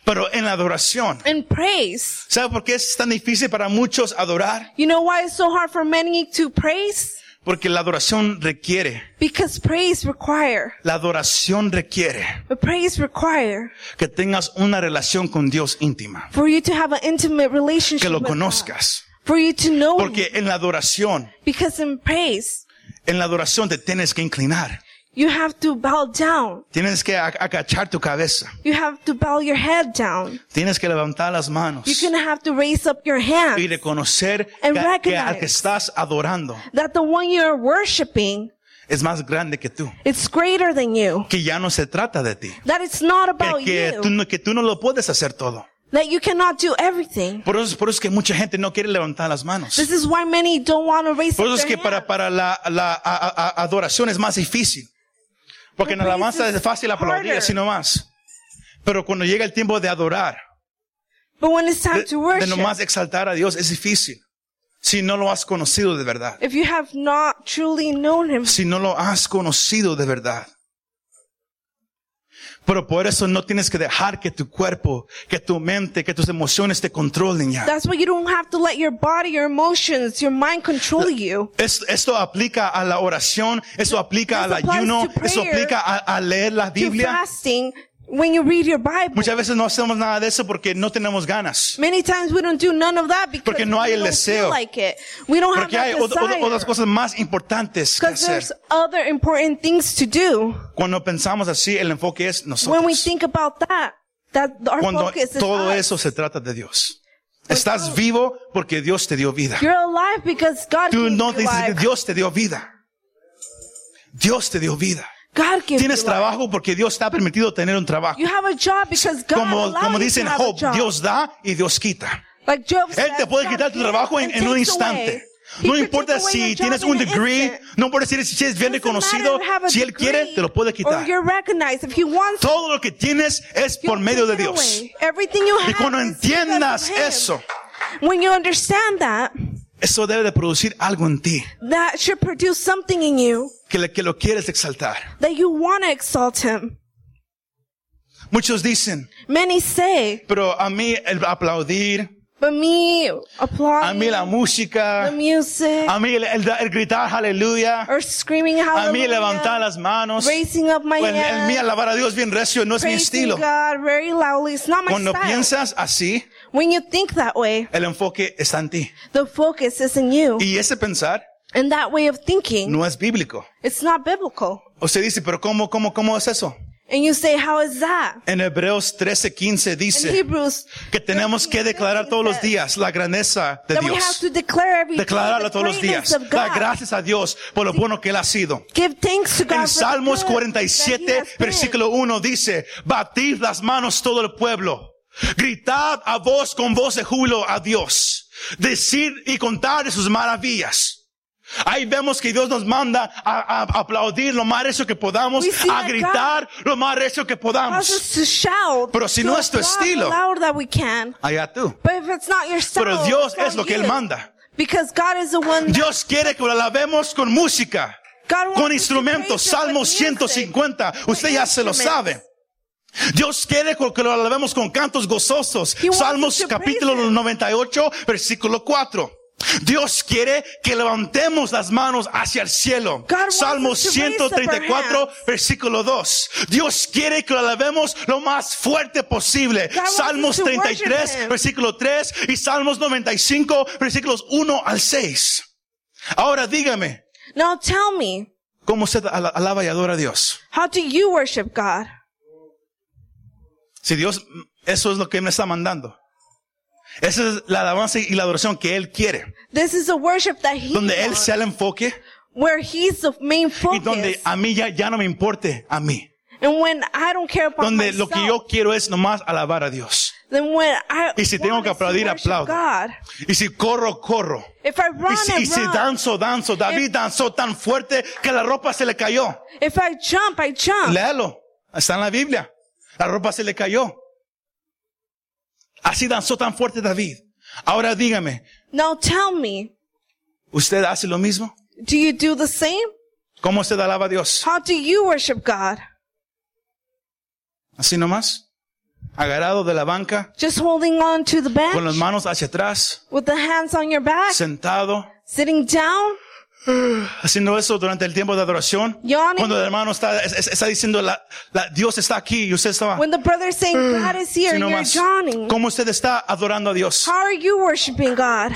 [SPEAKER 1] Pero en la adoración.
[SPEAKER 2] and praise.
[SPEAKER 1] ¿Sabe por qué es tan difícil para muchos adorar?
[SPEAKER 2] You know why it's so hard for many to praise?
[SPEAKER 1] Porque la adoración requiere,
[SPEAKER 2] Because praise require,
[SPEAKER 1] la adoración requiere
[SPEAKER 2] but praise require
[SPEAKER 1] que tengas una relación con Dios íntima.
[SPEAKER 2] for you to have an intimate relationship
[SPEAKER 1] Que lo
[SPEAKER 2] with God.
[SPEAKER 1] conozcas.
[SPEAKER 2] for you to know Him.
[SPEAKER 1] Porque en la adoración,
[SPEAKER 2] Because in praise,
[SPEAKER 1] en la adoración te tienes que inclinar.
[SPEAKER 2] you have to bow down.
[SPEAKER 1] Tienes que ac- acachar tu cabeza.
[SPEAKER 2] You have to bow your head down.
[SPEAKER 1] Tienes que levantar las manos.
[SPEAKER 2] You're gonna have to raise up your
[SPEAKER 1] Y
[SPEAKER 2] hand.
[SPEAKER 1] reconocer
[SPEAKER 2] And
[SPEAKER 1] que- que al
[SPEAKER 2] recognize.
[SPEAKER 1] que estás adorando
[SPEAKER 2] That the one you're worshiping,
[SPEAKER 1] es más grande que tú.
[SPEAKER 2] it's greater than you.
[SPEAKER 1] Que ya no se trata de ti.
[SPEAKER 2] That it's not about
[SPEAKER 1] Que, que tú,
[SPEAKER 2] you.
[SPEAKER 1] no- que tú no lo puedes hacer todo.
[SPEAKER 2] That you cannot do everything.
[SPEAKER 1] Por eso, por eso es que mucha gente no quiere levantar las manos.
[SPEAKER 2] This is why many don't want to raise
[SPEAKER 1] Por eso
[SPEAKER 2] up
[SPEAKER 1] es
[SPEAKER 2] their
[SPEAKER 1] que para,
[SPEAKER 2] hand.
[SPEAKER 1] para la, la a- a- a- adoración es más difícil. Porque en
[SPEAKER 2] But
[SPEAKER 1] alabanza
[SPEAKER 2] praise
[SPEAKER 1] es
[SPEAKER 2] is
[SPEAKER 1] fácil aplaudir
[SPEAKER 2] harder.
[SPEAKER 1] así nomás. Pero cuando llega el tiempo de adorar,
[SPEAKER 2] But when it's
[SPEAKER 1] de,
[SPEAKER 2] time to
[SPEAKER 1] de
[SPEAKER 2] worship,
[SPEAKER 1] nomás exaltar a Dios, es difícil. Si no lo has conocido de verdad.
[SPEAKER 2] if you have not truly known Him,
[SPEAKER 1] Si no lo has conocido de verdad. Pero por eso no tienes que dejar que tu cuerpo, que tu mente, que tus emociones te controlen ya.
[SPEAKER 2] that's why you don't have to let your body, your emotions, your mind control you.
[SPEAKER 1] Es- esto aplica a la oración, eso aplica al
[SPEAKER 2] This applies
[SPEAKER 1] ayuno,
[SPEAKER 2] to
[SPEAKER 1] eso
[SPEAKER 2] prayer,
[SPEAKER 1] aplica a, a leer la
[SPEAKER 2] To
[SPEAKER 1] Biblia.
[SPEAKER 2] fasting, when you read your Bible,
[SPEAKER 1] Muchas veces no hacemos nada de eso porque no tenemos ganas.
[SPEAKER 2] many times we don't do none of that because
[SPEAKER 1] Porque no hay
[SPEAKER 2] we
[SPEAKER 1] el
[SPEAKER 2] don't
[SPEAKER 1] deseo.
[SPEAKER 2] feel like it. We don't have
[SPEAKER 1] Porque hay
[SPEAKER 2] that
[SPEAKER 1] ot- ot- otras
[SPEAKER 2] desire.
[SPEAKER 1] cosas más importantes que
[SPEAKER 2] Because
[SPEAKER 1] hacer.
[SPEAKER 2] there's other important things to do.
[SPEAKER 1] Cuando pensamos así, el enfoque es
[SPEAKER 2] When we
[SPEAKER 1] nosotros.
[SPEAKER 2] think about that, that our
[SPEAKER 1] Cuando
[SPEAKER 2] focus is
[SPEAKER 1] todo
[SPEAKER 2] us. Pues
[SPEAKER 1] eso se trata de Dios. Estás vivo porque Dios te dio vida.
[SPEAKER 2] You're alive because God
[SPEAKER 1] Tú
[SPEAKER 2] gave
[SPEAKER 1] no
[SPEAKER 2] you
[SPEAKER 1] te dices que
[SPEAKER 2] life.
[SPEAKER 1] Dios te dio vida. Dios te dio vida.
[SPEAKER 2] God gave
[SPEAKER 1] Tienes
[SPEAKER 2] you life.
[SPEAKER 1] trabajo porque Dios te ha permitido tener un trabajo.
[SPEAKER 2] You have a job because God
[SPEAKER 1] Como,
[SPEAKER 2] allowed
[SPEAKER 1] como
[SPEAKER 2] you
[SPEAKER 1] dicen
[SPEAKER 2] to have a
[SPEAKER 1] Job,
[SPEAKER 2] job.
[SPEAKER 1] Dios da y Dios quita.
[SPEAKER 2] like Job
[SPEAKER 1] Él te
[SPEAKER 2] says,
[SPEAKER 1] puede
[SPEAKER 2] God
[SPEAKER 1] quitar tu
[SPEAKER 2] gives
[SPEAKER 1] trabajo en,
[SPEAKER 2] and
[SPEAKER 1] en un
[SPEAKER 2] takes away.
[SPEAKER 1] instante.
[SPEAKER 2] He
[SPEAKER 1] No
[SPEAKER 2] could
[SPEAKER 1] importa
[SPEAKER 2] take away
[SPEAKER 1] si
[SPEAKER 2] your job
[SPEAKER 1] tienes
[SPEAKER 2] in
[SPEAKER 1] un
[SPEAKER 2] an
[SPEAKER 1] degree,
[SPEAKER 2] instant.
[SPEAKER 1] no importa si eres, si eres bien
[SPEAKER 2] Doesn't matter
[SPEAKER 1] reconocido,
[SPEAKER 2] if you have a
[SPEAKER 1] si Él quiere,
[SPEAKER 2] degree
[SPEAKER 1] te lo puede
[SPEAKER 2] Or
[SPEAKER 1] quitar.
[SPEAKER 2] you're recognized. If he wants,
[SPEAKER 1] Todo lo que tienes es
[SPEAKER 2] he'll
[SPEAKER 1] por medio de
[SPEAKER 2] take it
[SPEAKER 1] Dios.
[SPEAKER 2] away. Everything you have
[SPEAKER 1] Y cuando
[SPEAKER 2] is because of
[SPEAKER 1] entiendas
[SPEAKER 2] him.
[SPEAKER 1] eso,
[SPEAKER 2] When you understand that,
[SPEAKER 1] eso debe de producir algo en ti,
[SPEAKER 2] that should produce something in you
[SPEAKER 1] que, le- que lo quieres exaltar.
[SPEAKER 2] that you want to exalt him.
[SPEAKER 1] Muchos dicen,
[SPEAKER 2] Many say,
[SPEAKER 1] pero a mí el aplaudir,
[SPEAKER 2] but me
[SPEAKER 1] a mí
[SPEAKER 2] applauding
[SPEAKER 1] la música,
[SPEAKER 2] the music
[SPEAKER 1] a mí el, el- el gritar aleluya,
[SPEAKER 2] or screaming
[SPEAKER 1] a
[SPEAKER 2] hallelujah,
[SPEAKER 1] mí levantar las manos,
[SPEAKER 2] raising up my
[SPEAKER 1] o el, el mí
[SPEAKER 2] hand,
[SPEAKER 1] alabar a Dios bien recio, no es mi
[SPEAKER 2] praising
[SPEAKER 1] estilo.
[SPEAKER 2] God very loudly. It's not my
[SPEAKER 1] Cuando
[SPEAKER 2] style.
[SPEAKER 1] piensas así,
[SPEAKER 2] when you think that way,
[SPEAKER 1] el enfoque está en ti.
[SPEAKER 2] the focus is in you.
[SPEAKER 1] Y ese pensar
[SPEAKER 2] And that way of thinking,
[SPEAKER 1] no es bíblico.
[SPEAKER 2] it's not biblical.
[SPEAKER 1] Usted dice, pero ¿cómo, cómo, cómo es eso?
[SPEAKER 2] And you say, how is that?
[SPEAKER 1] En Hebreos 13:15
[SPEAKER 2] In
[SPEAKER 1] dice
[SPEAKER 2] Hebrews,
[SPEAKER 1] que tenemos que declarar todos los días la grandeza de
[SPEAKER 2] that we have
[SPEAKER 1] Dios.
[SPEAKER 2] to declare every day
[SPEAKER 1] Declararlo
[SPEAKER 2] the
[SPEAKER 1] todos los días.
[SPEAKER 2] greatness of
[SPEAKER 1] Dar
[SPEAKER 2] God.
[SPEAKER 1] gracias a Dios por lo bueno que Él ha sido.
[SPEAKER 2] Give thanks to God.
[SPEAKER 1] En
[SPEAKER 2] for the
[SPEAKER 1] Salmos
[SPEAKER 2] good that He
[SPEAKER 1] 47,
[SPEAKER 2] has been.
[SPEAKER 1] versículo 1 dice, batid las manos todo el pueblo, gritad a voz con voz de júbilo a Dios, decir y contar de sus maravillas. Ahí vemos que Dios nos manda a, a aplaudir lo más recio que podamos,
[SPEAKER 2] We see
[SPEAKER 1] a
[SPEAKER 2] that
[SPEAKER 1] gritar lo más recio que
[SPEAKER 2] Cause
[SPEAKER 1] podamos.
[SPEAKER 2] us to shout.
[SPEAKER 1] Pero si
[SPEAKER 2] to
[SPEAKER 1] no es tu
[SPEAKER 2] applaud
[SPEAKER 1] estilo.
[SPEAKER 2] the Louder that we can.
[SPEAKER 1] Allá tú.
[SPEAKER 2] But if it's not your style,
[SPEAKER 1] Pero Dios
[SPEAKER 2] it's
[SPEAKER 1] es
[SPEAKER 2] not
[SPEAKER 1] lo que Él
[SPEAKER 2] you.
[SPEAKER 1] manda.
[SPEAKER 2] Because God is the one. that-
[SPEAKER 1] Dios quiere que lo alabemos con música,
[SPEAKER 2] God wants us
[SPEAKER 1] con
[SPEAKER 2] to
[SPEAKER 1] instrumentos.
[SPEAKER 2] praise Him
[SPEAKER 1] Salmo
[SPEAKER 2] with music.
[SPEAKER 1] 150. Usted ya se lo sabe. Dios quiere que lo alabemos con cantos gozosos.
[SPEAKER 2] He wants us
[SPEAKER 1] Salmos
[SPEAKER 2] to praise
[SPEAKER 1] capítulo
[SPEAKER 2] Him.
[SPEAKER 1] 98, versículo 4. Dios quiere que levantemos las manos hacia el cielo.
[SPEAKER 2] God wants
[SPEAKER 1] Salmos
[SPEAKER 2] us to raise up our
[SPEAKER 1] 134,
[SPEAKER 2] hands.
[SPEAKER 1] versículo 2. Dios quiere que lo alabemos lo más fuerte posible.
[SPEAKER 2] God wants
[SPEAKER 1] Salmos
[SPEAKER 2] us to worship
[SPEAKER 1] 33,
[SPEAKER 2] Him.
[SPEAKER 1] versículo 3 y Salmos 95, versículos 1 al 6. Ahora dígame,
[SPEAKER 2] Now tell me,
[SPEAKER 1] ¿cómo usted ala- alaba y adora a Dios?
[SPEAKER 2] how do you worship God?
[SPEAKER 1] Si Dios, eso es lo que me está mandando. Esa es la alabanza y la adoración que Él quiere.
[SPEAKER 2] This is a worship that He
[SPEAKER 1] Donde Él
[SPEAKER 2] wants,
[SPEAKER 1] sea el enfoque
[SPEAKER 2] where He's the main
[SPEAKER 1] y
[SPEAKER 2] focus,
[SPEAKER 1] donde a mí ya, ya no me importe a mí.
[SPEAKER 2] and when I don't care about
[SPEAKER 1] Donde lo
[SPEAKER 2] myself,
[SPEAKER 1] que yo quiero es nomás alabar a Dios.
[SPEAKER 2] then when I
[SPEAKER 1] Y si tengo
[SPEAKER 2] want
[SPEAKER 1] que
[SPEAKER 2] is to
[SPEAKER 1] aplaudir,
[SPEAKER 2] worship
[SPEAKER 1] aplaudo.
[SPEAKER 2] God,
[SPEAKER 1] Y si corro, corro.
[SPEAKER 2] if I run
[SPEAKER 1] Y si, y
[SPEAKER 2] and
[SPEAKER 1] si
[SPEAKER 2] run,
[SPEAKER 1] danzo, danzo. David danzó tan fuerte que la ropa se le cayó.
[SPEAKER 2] if I jump, I jump.
[SPEAKER 1] Léalo. Está en la Biblia. La ropa se le cayó. Así danzó tan fuerte David. Ahora dígame,
[SPEAKER 2] Now tell me,
[SPEAKER 1] ¿usted hace lo mismo?
[SPEAKER 2] do you do the same?
[SPEAKER 1] ¿Cómo se alaba a Dios?
[SPEAKER 2] How do you worship God?
[SPEAKER 1] Así nomás. Agarrado de la banca,
[SPEAKER 2] Just holding on to the
[SPEAKER 1] con las
[SPEAKER 2] bench
[SPEAKER 1] manos hacia atrás,
[SPEAKER 2] with the hands on your back,
[SPEAKER 1] sentado,
[SPEAKER 2] sitting down,
[SPEAKER 1] haciendo eso durante el tiempo de adoración.
[SPEAKER 2] Yawning.
[SPEAKER 1] Cuando el hermano está, es- es- está diciendo, la, la- Dios está aquí y usted estaba.
[SPEAKER 2] when the brother's saying
[SPEAKER 1] Mm.
[SPEAKER 2] God is
[SPEAKER 1] Así
[SPEAKER 2] here, and you're
[SPEAKER 1] nomás.
[SPEAKER 2] yawning.
[SPEAKER 1] ¿Cómo usted está adorando a Dios?
[SPEAKER 2] How are you worshiping God?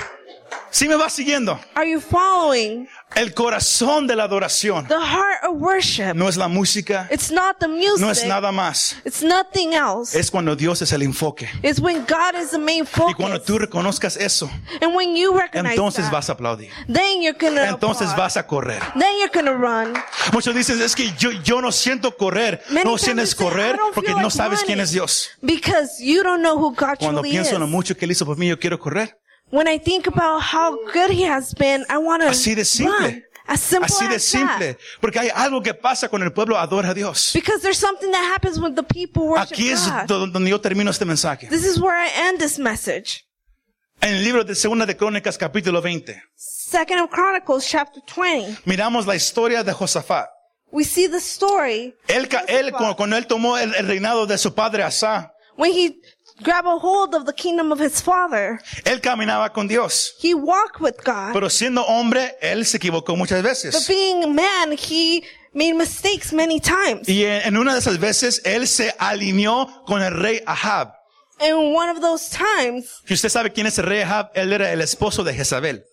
[SPEAKER 1] Si me va siguiendo,
[SPEAKER 2] Are you following
[SPEAKER 1] el corazón de la adoración
[SPEAKER 2] the heart of worship?
[SPEAKER 1] no es la música,
[SPEAKER 2] It's not the music.
[SPEAKER 1] no es nada más.
[SPEAKER 2] It's nothing else.
[SPEAKER 1] Es cuando Dios es el enfoque.
[SPEAKER 2] It's when God is the main
[SPEAKER 1] Y cuando
[SPEAKER 2] focus.
[SPEAKER 1] tú reconozcas eso,
[SPEAKER 2] And when you recognize
[SPEAKER 1] entonces
[SPEAKER 2] that,
[SPEAKER 1] vas a aplaudir.
[SPEAKER 2] then you're gonna
[SPEAKER 1] Entonces
[SPEAKER 2] applaud.
[SPEAKER 1] vas a correr.
[SPEAKER 2] Then you're gonna run.
[SPEAKER 1] Muchos dicen, es que yo, yo no siento correr.
[SPEAKER 2] Many
[SPEAKER 1] No
[SPEAKER 2] times
[SPEAKER 1] sientes
[SPEAKER 2] they say,
[SPEAKER 1] correr
[SPEAKER 2] "I don't
[SPEAKER 1] porque
[SPEAKER 2] feel
[SPEAKER 1] no
[SPEAKER 2] like
[SPEAKER 1] sabes quién
[SPEAKER 2] running."
[SPEAKER 1] es Dios.
[SPEAKER 2] Because you don't know who God
[SPEAKER 1] Cuando
[SPEAKER 2] truly is.
[SPEAKER 1] pienso en lo mucho que Él hizo por mí, yo quiero correr.
[SPEAKER 2] When I think about how good He has been, I want to
[SPEAKER 1] Así de simple.
[SPEAKER 2] run. As simple
[SPEAKER 1] Así de
[SPEAKER 2] as
[SPEAKER 1] simple.
[SPEAKER 2] that.
[SPEAKER 1] Porque hay algo que pasa cuando el pueblo adora a Dios.
[SPEAKER 2] Because there's something that happens when the people worship
[SPEAKER 1] Aquí es
[SPEAKER 2] God.
[SPEAKER 1] do- donde yo termino este mensaje.
[SPEAKER 2] This is where I end this message.
[SPEAKER 1] En el libro de Segunda de Crónicas, capítulo 20.
[SPEAKER 2] Second of Chronicles, chapter 20.
[SPEAKER 1] Miramos la historia de Josafat.
[SPEAKER 2] We see the story
[SPEAKER 1] Él, ca- él, cu- cuando él tomó el, el reinado de su padre Asa,
[SPEAKER 2] when he grabbed a hold of the kingdom of his father.
[SPEAKER 1] él caminaba con Dios.
[SPEAKER 2] He walked with God.
[SPEAKER 1] Pero siendo hombre, él se equivocó muchas
[SPEAKER 2] Ah, But
[SPEAKER 1] veces.
[SPEAKER 2] being a man, he made mistakes many times.
[SPEAKER 1] Y en, en una de esas veces, él se alineó con el rey Ahab.
[SPEAKER 2] And one of those times,
[SPEAKER 1] Y usted sabe quién es el rey Ahab, él era el esposo de Jezabel.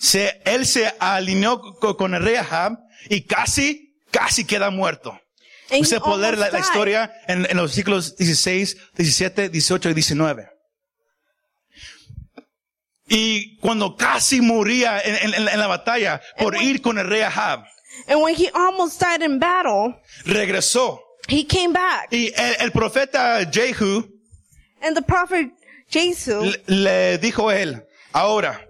[SPEAKER 1] Se, él se alineó co- con el rey Ahab y casi, casi queda muerto.
[SPEAKER 2] and he
[SPEAKER 1] Usted puede leer la,
[SPEAKER 2] almost
[SPEAKER 1] la
[SPEAKER 2] died.
[SPEAKER 1] historia en, en los ciclos 16, 17, 18 y 19. Y cuando casi moría en, en- en la batalla por
[SPEAKER 2] And when-
[SPEAKER 1] ir con el rey Ahab,
[SPEAKER 2] And when he almost died in battle,
[SPEAKER 1] regresó.
[SPEAKER 2] he came back.
[SPEAKER 1] Y el, el profeta Jehu
[SPEAKER 2] And the prophet Jesu
[SPEAKER 1] le, le dijo a él, ahora,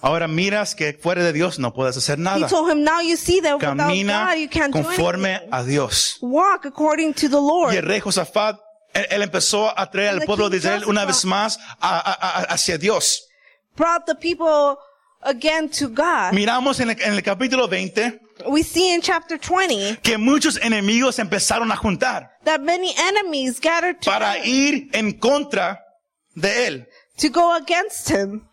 [SPEAKER 1] ahora miras que fuera de Dios no puedes hacer
[SPEAKER 2] He
[SPEAKER 1] nada.
[SPEAKER 2] told him, now you see that without
[SPEAKER 1] Camina
[SPEAKER 2] God you can't do
[SPEAKER 1] conforme
[SPEAKER 2] anything.
[SPEAKER 1] a Dios.
[SPEAKER 2] Walk according to the Lord.
[SPEAKER 1] Y el rey Josafat, él, él empezó a traer
[SPEAKER 2] And
[SPEAKER 1] al
[SPEAKER 2] the
[SPEAKER 1] pueblo
[SPEAKER 2] king
[SPEAKER 1] de Israel una vez
[SPEAKER 2] Josaphat-
[SPEAKER 1] más a- a- a- hacia Dios.
[SPEAKER 2] Brought the people again to God.
[SPEAKER 1] Miramos en el, en el capítulo 20
[SPEAKER 2] We see in chapter 20
[SPEAKER 1] que muchos enemigos empezaron a juntar
[SPEAKER 2] that many enemies gathered
[SPEAKER 1] para
[SPEAKER 2] together
[SPEAKER 1] ir en contra de él.
[SPEAKER 2] to go against him.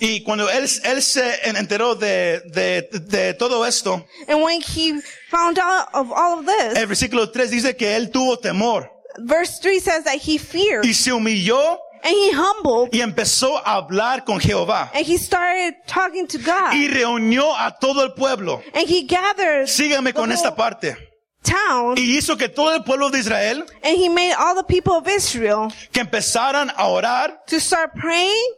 [SPEAKER 1] Y cuando él, él se en- enteró de, de- de todo esto,
[SPEAKER 2] And when he found out of all of this,
[SPEAKER 1] el versículo 3 dice que él tuvo temor
[SPEAKER 2] verse 3 says that he feared
[SPEAKER 1] y se humilló
[SPEAKER 2] and he humbled
[SPEAKER 1] y empezó a hablar con Jehová
[SPEAKER 2] and he started talking to God
[SPEAKER 1] y reunió a todo el pueblo.
[SPEAKER 2] and he gathered
[SPEAKER 1] Síganme con
[SPEAKER 2] the
[SPEAKER 1] esta
[SPEAKER 2] whole
[SPEAKER 1] parte.
[SPEAKER 2] town
[SPEAKER 1] Y hizo que todo el pueblo de Israel
[SPEAKER 2] and he made all the people of Israel
[SPEAKER 1] que empezaran a orar
[SPEAKER 2] to start praying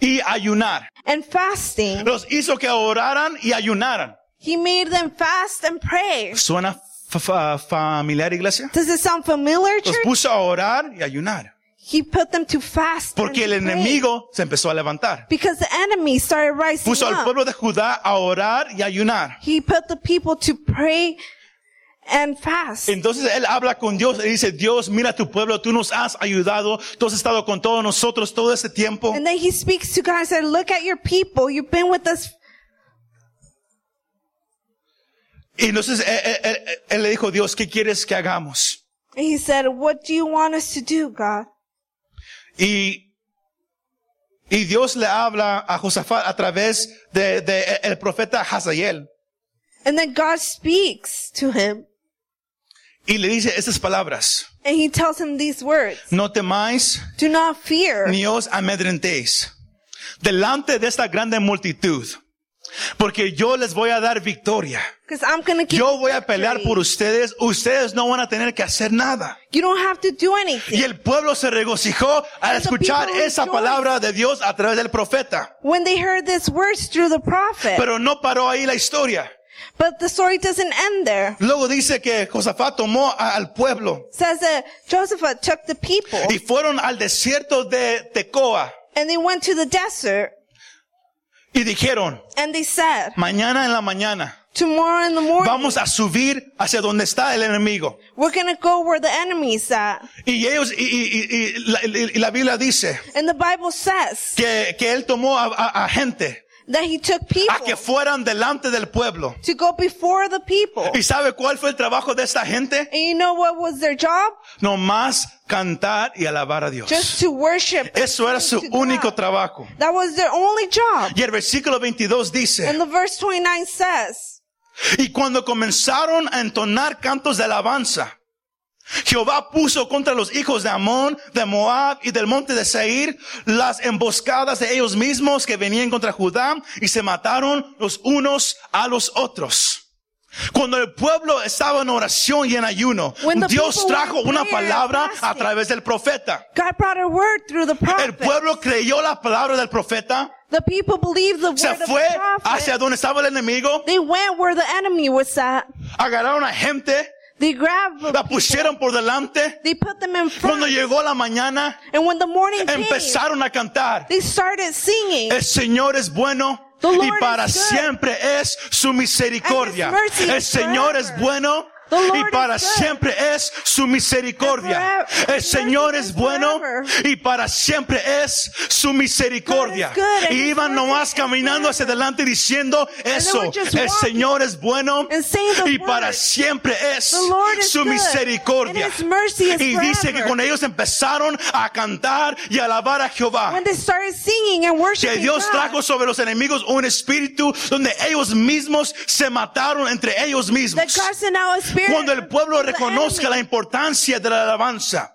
[SPEAKER 1] y ayunar.
[SPEAKER 2] and fasting.
[SPEAKER 1] Los hizo que oraran y ayunaran.
[SPEAKER 2] He made them fast and pray.
[SPEAKER 1] ¿Suena fa- fa- familiar, iglesia?
[SPEAKER 2] Does it sound familiar,
[SPEAKER 1] Los
[SPEAKER 2] church?
[SPEAKER 1] puso a orar y ayunar.
[SPEAKER 2] He put them to fast and
[SPEAKER 1] Porque el
[SPEAKER 2] pray.
[SPEAKER 1] enemigo se empezó a levantar.
[SPEAKER 2] because the enemy started rising
[SPEAKER 1] Puso al
[SPEAKER 2] up.
[SPEAKER 1] pueblo de Judá a orar y ayunar.
[SPEAKER 2] He put the people to pray and fast.
[SPEAKER 1] Entonces él habla con Dios y dice, Dios, mira tu pueblo, tú nos has ayudado, tú has estado con todos nosotros todo este tiempo.
[SPEAKER 2] and then he speaks to God and said, look at your people. You've been with us.
[SPEAKER 1] Y entonces él, él- él- él le dijo, Dios, ¿qué quieres que hagamos?
[SPEAKER 2] And he said, what do you want us to do, God?
[SPEAKER 1] Y, y Dios le habla a Josafat a través del de, e, el profeta Hazael.
[SPEAKER 2] And then God speaks to him
[SPEAKER 1] Y le dice estas palabras.
[SPEAKER 2] and he tells him these words.
[SPEAKER 1] No temáis
[SPEAKER 2] Do not fear.
[SPEAKER 1] ni os amedrentéis delante de esta grande multitud, porque yo les voy a dar victoria.
[SPEAKER 2] Because I'm going to give
[SPEAKER 1] Yo
[SPEAKER 2] you
[SPEAKER 1] voy a pelear por
[SPEAKER 2] victory.
[SPEAKER 1] ustedes, ustedes no van a tener que hacer nada.
[SPEAKER 2] You don't have to do anything.
[SPEAKER 1] Y el pueblo se regocijó al
[SPEAKER 2] And the
[SPEAKER 1] escuchar
[SPEAKER 2] people
[SPEAKER 1] esa
[SPEAKER 2] rejoiced.
[SPEAKER 1] palabra de Dios a través del profeta.
[SPEAKER 2] When they heard these words through the prophet.
[SPEAKER 1] Pero no paró ahí la historia.
[SPEAKER 2] But the story doesn't end there.
[SPEAKER 1] Luego dice que Josafat tomó a- al pueblo
[SPEAKER 2] It says that Joseph took the people
[SPEAKER 1] y fueron al desierto de Tecoa
[SPEAKER 2] and they went to the desert
[SPEAKER 1] y dijeron,
[SPEAKER 2] and they said,
[SPEAKER 1] mañana en la mañana
[SPEAKER 2] tomorrow in the morning,
[SPEAKER 1] vamos a subir hacia donde está el enemigo.
[SPEAKER 2] we're going to go where the enemy's at.
[SPEAKER 1] Y ellos, y, y- y- y la, y- y la Biblia dice
[SPEAKER 2] And the Bible says
[SPEAKER 1] que, que él tomó a, a- a gente
[SPEAKER 2] that he took
[SPEAKER 1] a que
[SPEAKER 2] people
[SPEAKER 1] fueran delante del pueblo.
[SPEAKER 2] to go before the people.
[SPEAKER 1] ¿Y sabe cuál fue el trabajo de esta gente?
[SPEAKER 2] And you know what was their job?
[SPEAKER 1] Nomás cantar y alabar a Dios.
[SPEAKER 2] Just to worship.
[SPEAKER 1] Eso era su
[SPEAKER 2] To God.
[SPEAKER 1] único trabajo.
[SPEAKER 2] That was their only job.
[SPEAKER 1] Y el versículo 22 dice,
[SPEAKER 2] And the verse 29 says,
[SPEAKER 1] Y cuando comenzaron a entonar cantos de alabanza, Jehová puso contra los hijos de Amón, de Moab y del monte de Seir las emboscadas de ellos mismos que venían contra Judá y se mataron los unos a los otros. Cuando el pueblo estaba en oración y en ayuno,
[SPEAKER 2] When the
[SPEAKER 1] Dios
[SPEAKER 2] people were
[SPEAKER 1] trajo
[SPEAKER 2] in
[SPEAKER 1] una
[SPEAKER 2] prayer and
[SPEAKER 1] palabra a
[SPEAKER 2] fasting.
[SPEAKER 1] través del profeta.
[SPEAKER 2] God brought a word through the
[SPEAKER 1] El
[SPEAKER 2] prophet.
[SPEAKER 1] pueblo creyó la palabra del profeta,
[SPEAKER 2] The people believed the word
[SPEAKER 1] se
[SPEAKER 2] of
[SPEAKER 1] fue
[SPEAKER 2] the prophet.
[SPEAKER 1] hacia donde estaba el enemigo,
[SPEAKER 2] They went where the enemy was at.
[SPEAKER 1] agarraron a gente,
[SPEAKER 2] They grabbed the
[SPEAKER 1] la
[SPEAKER 2] people.
[SPEAKER 1] pusieron por delante,
[SPEAKER 2] They put them in
[SPEAKER 1] Cuando
[SPEAKER 2] front.
[SPEAKER 1] llegó la mañana,
[SPEAKER 2] And when the morning came,
[SPEAKER 1] empezaron a cantar.
[SPEAKER 2] they started singing.
[SPEAKER 1] El Señor es bueno.
[SPEAKER 2] The Lord
[SPEAKER 1] Y para
[SPEAKER 2] is good.
[SPEAKER 1] siempre es su misericordia.
[SPEAKER 2] And His mercy
[SPEAKER 1] El
[SPEAKER 2] is
[SPEAKER 1] Señor es
[SPEAKER 2] forever.
[SPEAKER 1] bueno.
[SPEAKER 2] The Lord
[SPEAKER 1] Y para
[SPEAKER 2] is good.
[SPEAKER 1] siempre es su misericordia.
[SPEAKER 2] And forever-
[SPEAKER 1] El
[SPEAKER 2] His
[SPEAKER 1] Señor
[SPEAKER 2] mercy
[SPEAKER 1] es
[SPEAKER 2] is
[SPEAKER 1] bueno.
[SPEAKER 2] forever.
[SPEAKER 1] Y para siempre es su misericordia.
[SPEAKER 2] God is good. And
[SPEAKER 1] Y
[SPEAKER 2] His
[SPEAKER 1] iban
[SPEAKER 2] mercy
[SPEAKER 1] nomás
[SPEAKER 2] is
[SPEAKER 1] caminando hacia
[SPEAKER 2] forever.
[SPEAKER 1] adelante diciendo eso.
[SPEAKER 2] were just
[SPEAKER 1] El
[SPEAKER 2] walking
[SPEAKER 1] Señor es bueno.
[SPEAKER 2] and saying the
[SPEAKER 1] Y
[SPEAKER 2] word.
[SPEAKER 1] para siempre es
[SPEAKER 2] The Lord is
[SPEAKER 1] su
[SPEAKER 2] good.
[SPEAKER 1] misericordia.
[SPEAKER 2] And His mercy is
[SPEAKER 1] Y dice que
[SPEAKER 2] forever.
[SPEAKER 1] cuando ellos empezaron a cantar y alabar a Jehová
[SPEAKER 2] When they started singing and
[SPEAKER 1] que
[SPEAKER 2] worshiping
[SPEAKER 1] Dios
[SPEAKER 2] God,
[SPEAKER 1] trajo sobre los enemigos un espíritu donde ellos mismos se mataron entre ellos
[SPEAKER 2] that
[SPEAKER 1] mismos.
[SPEAKER 2] God sent out a spirit
[SPEAKER 1] Cuando el pueblo
[SPEAKER 2] of the
[SPEAKER 1] reconozca la
[SPEAKER 2] enemy.
[SPEAKER 1] importancia de la alabanza.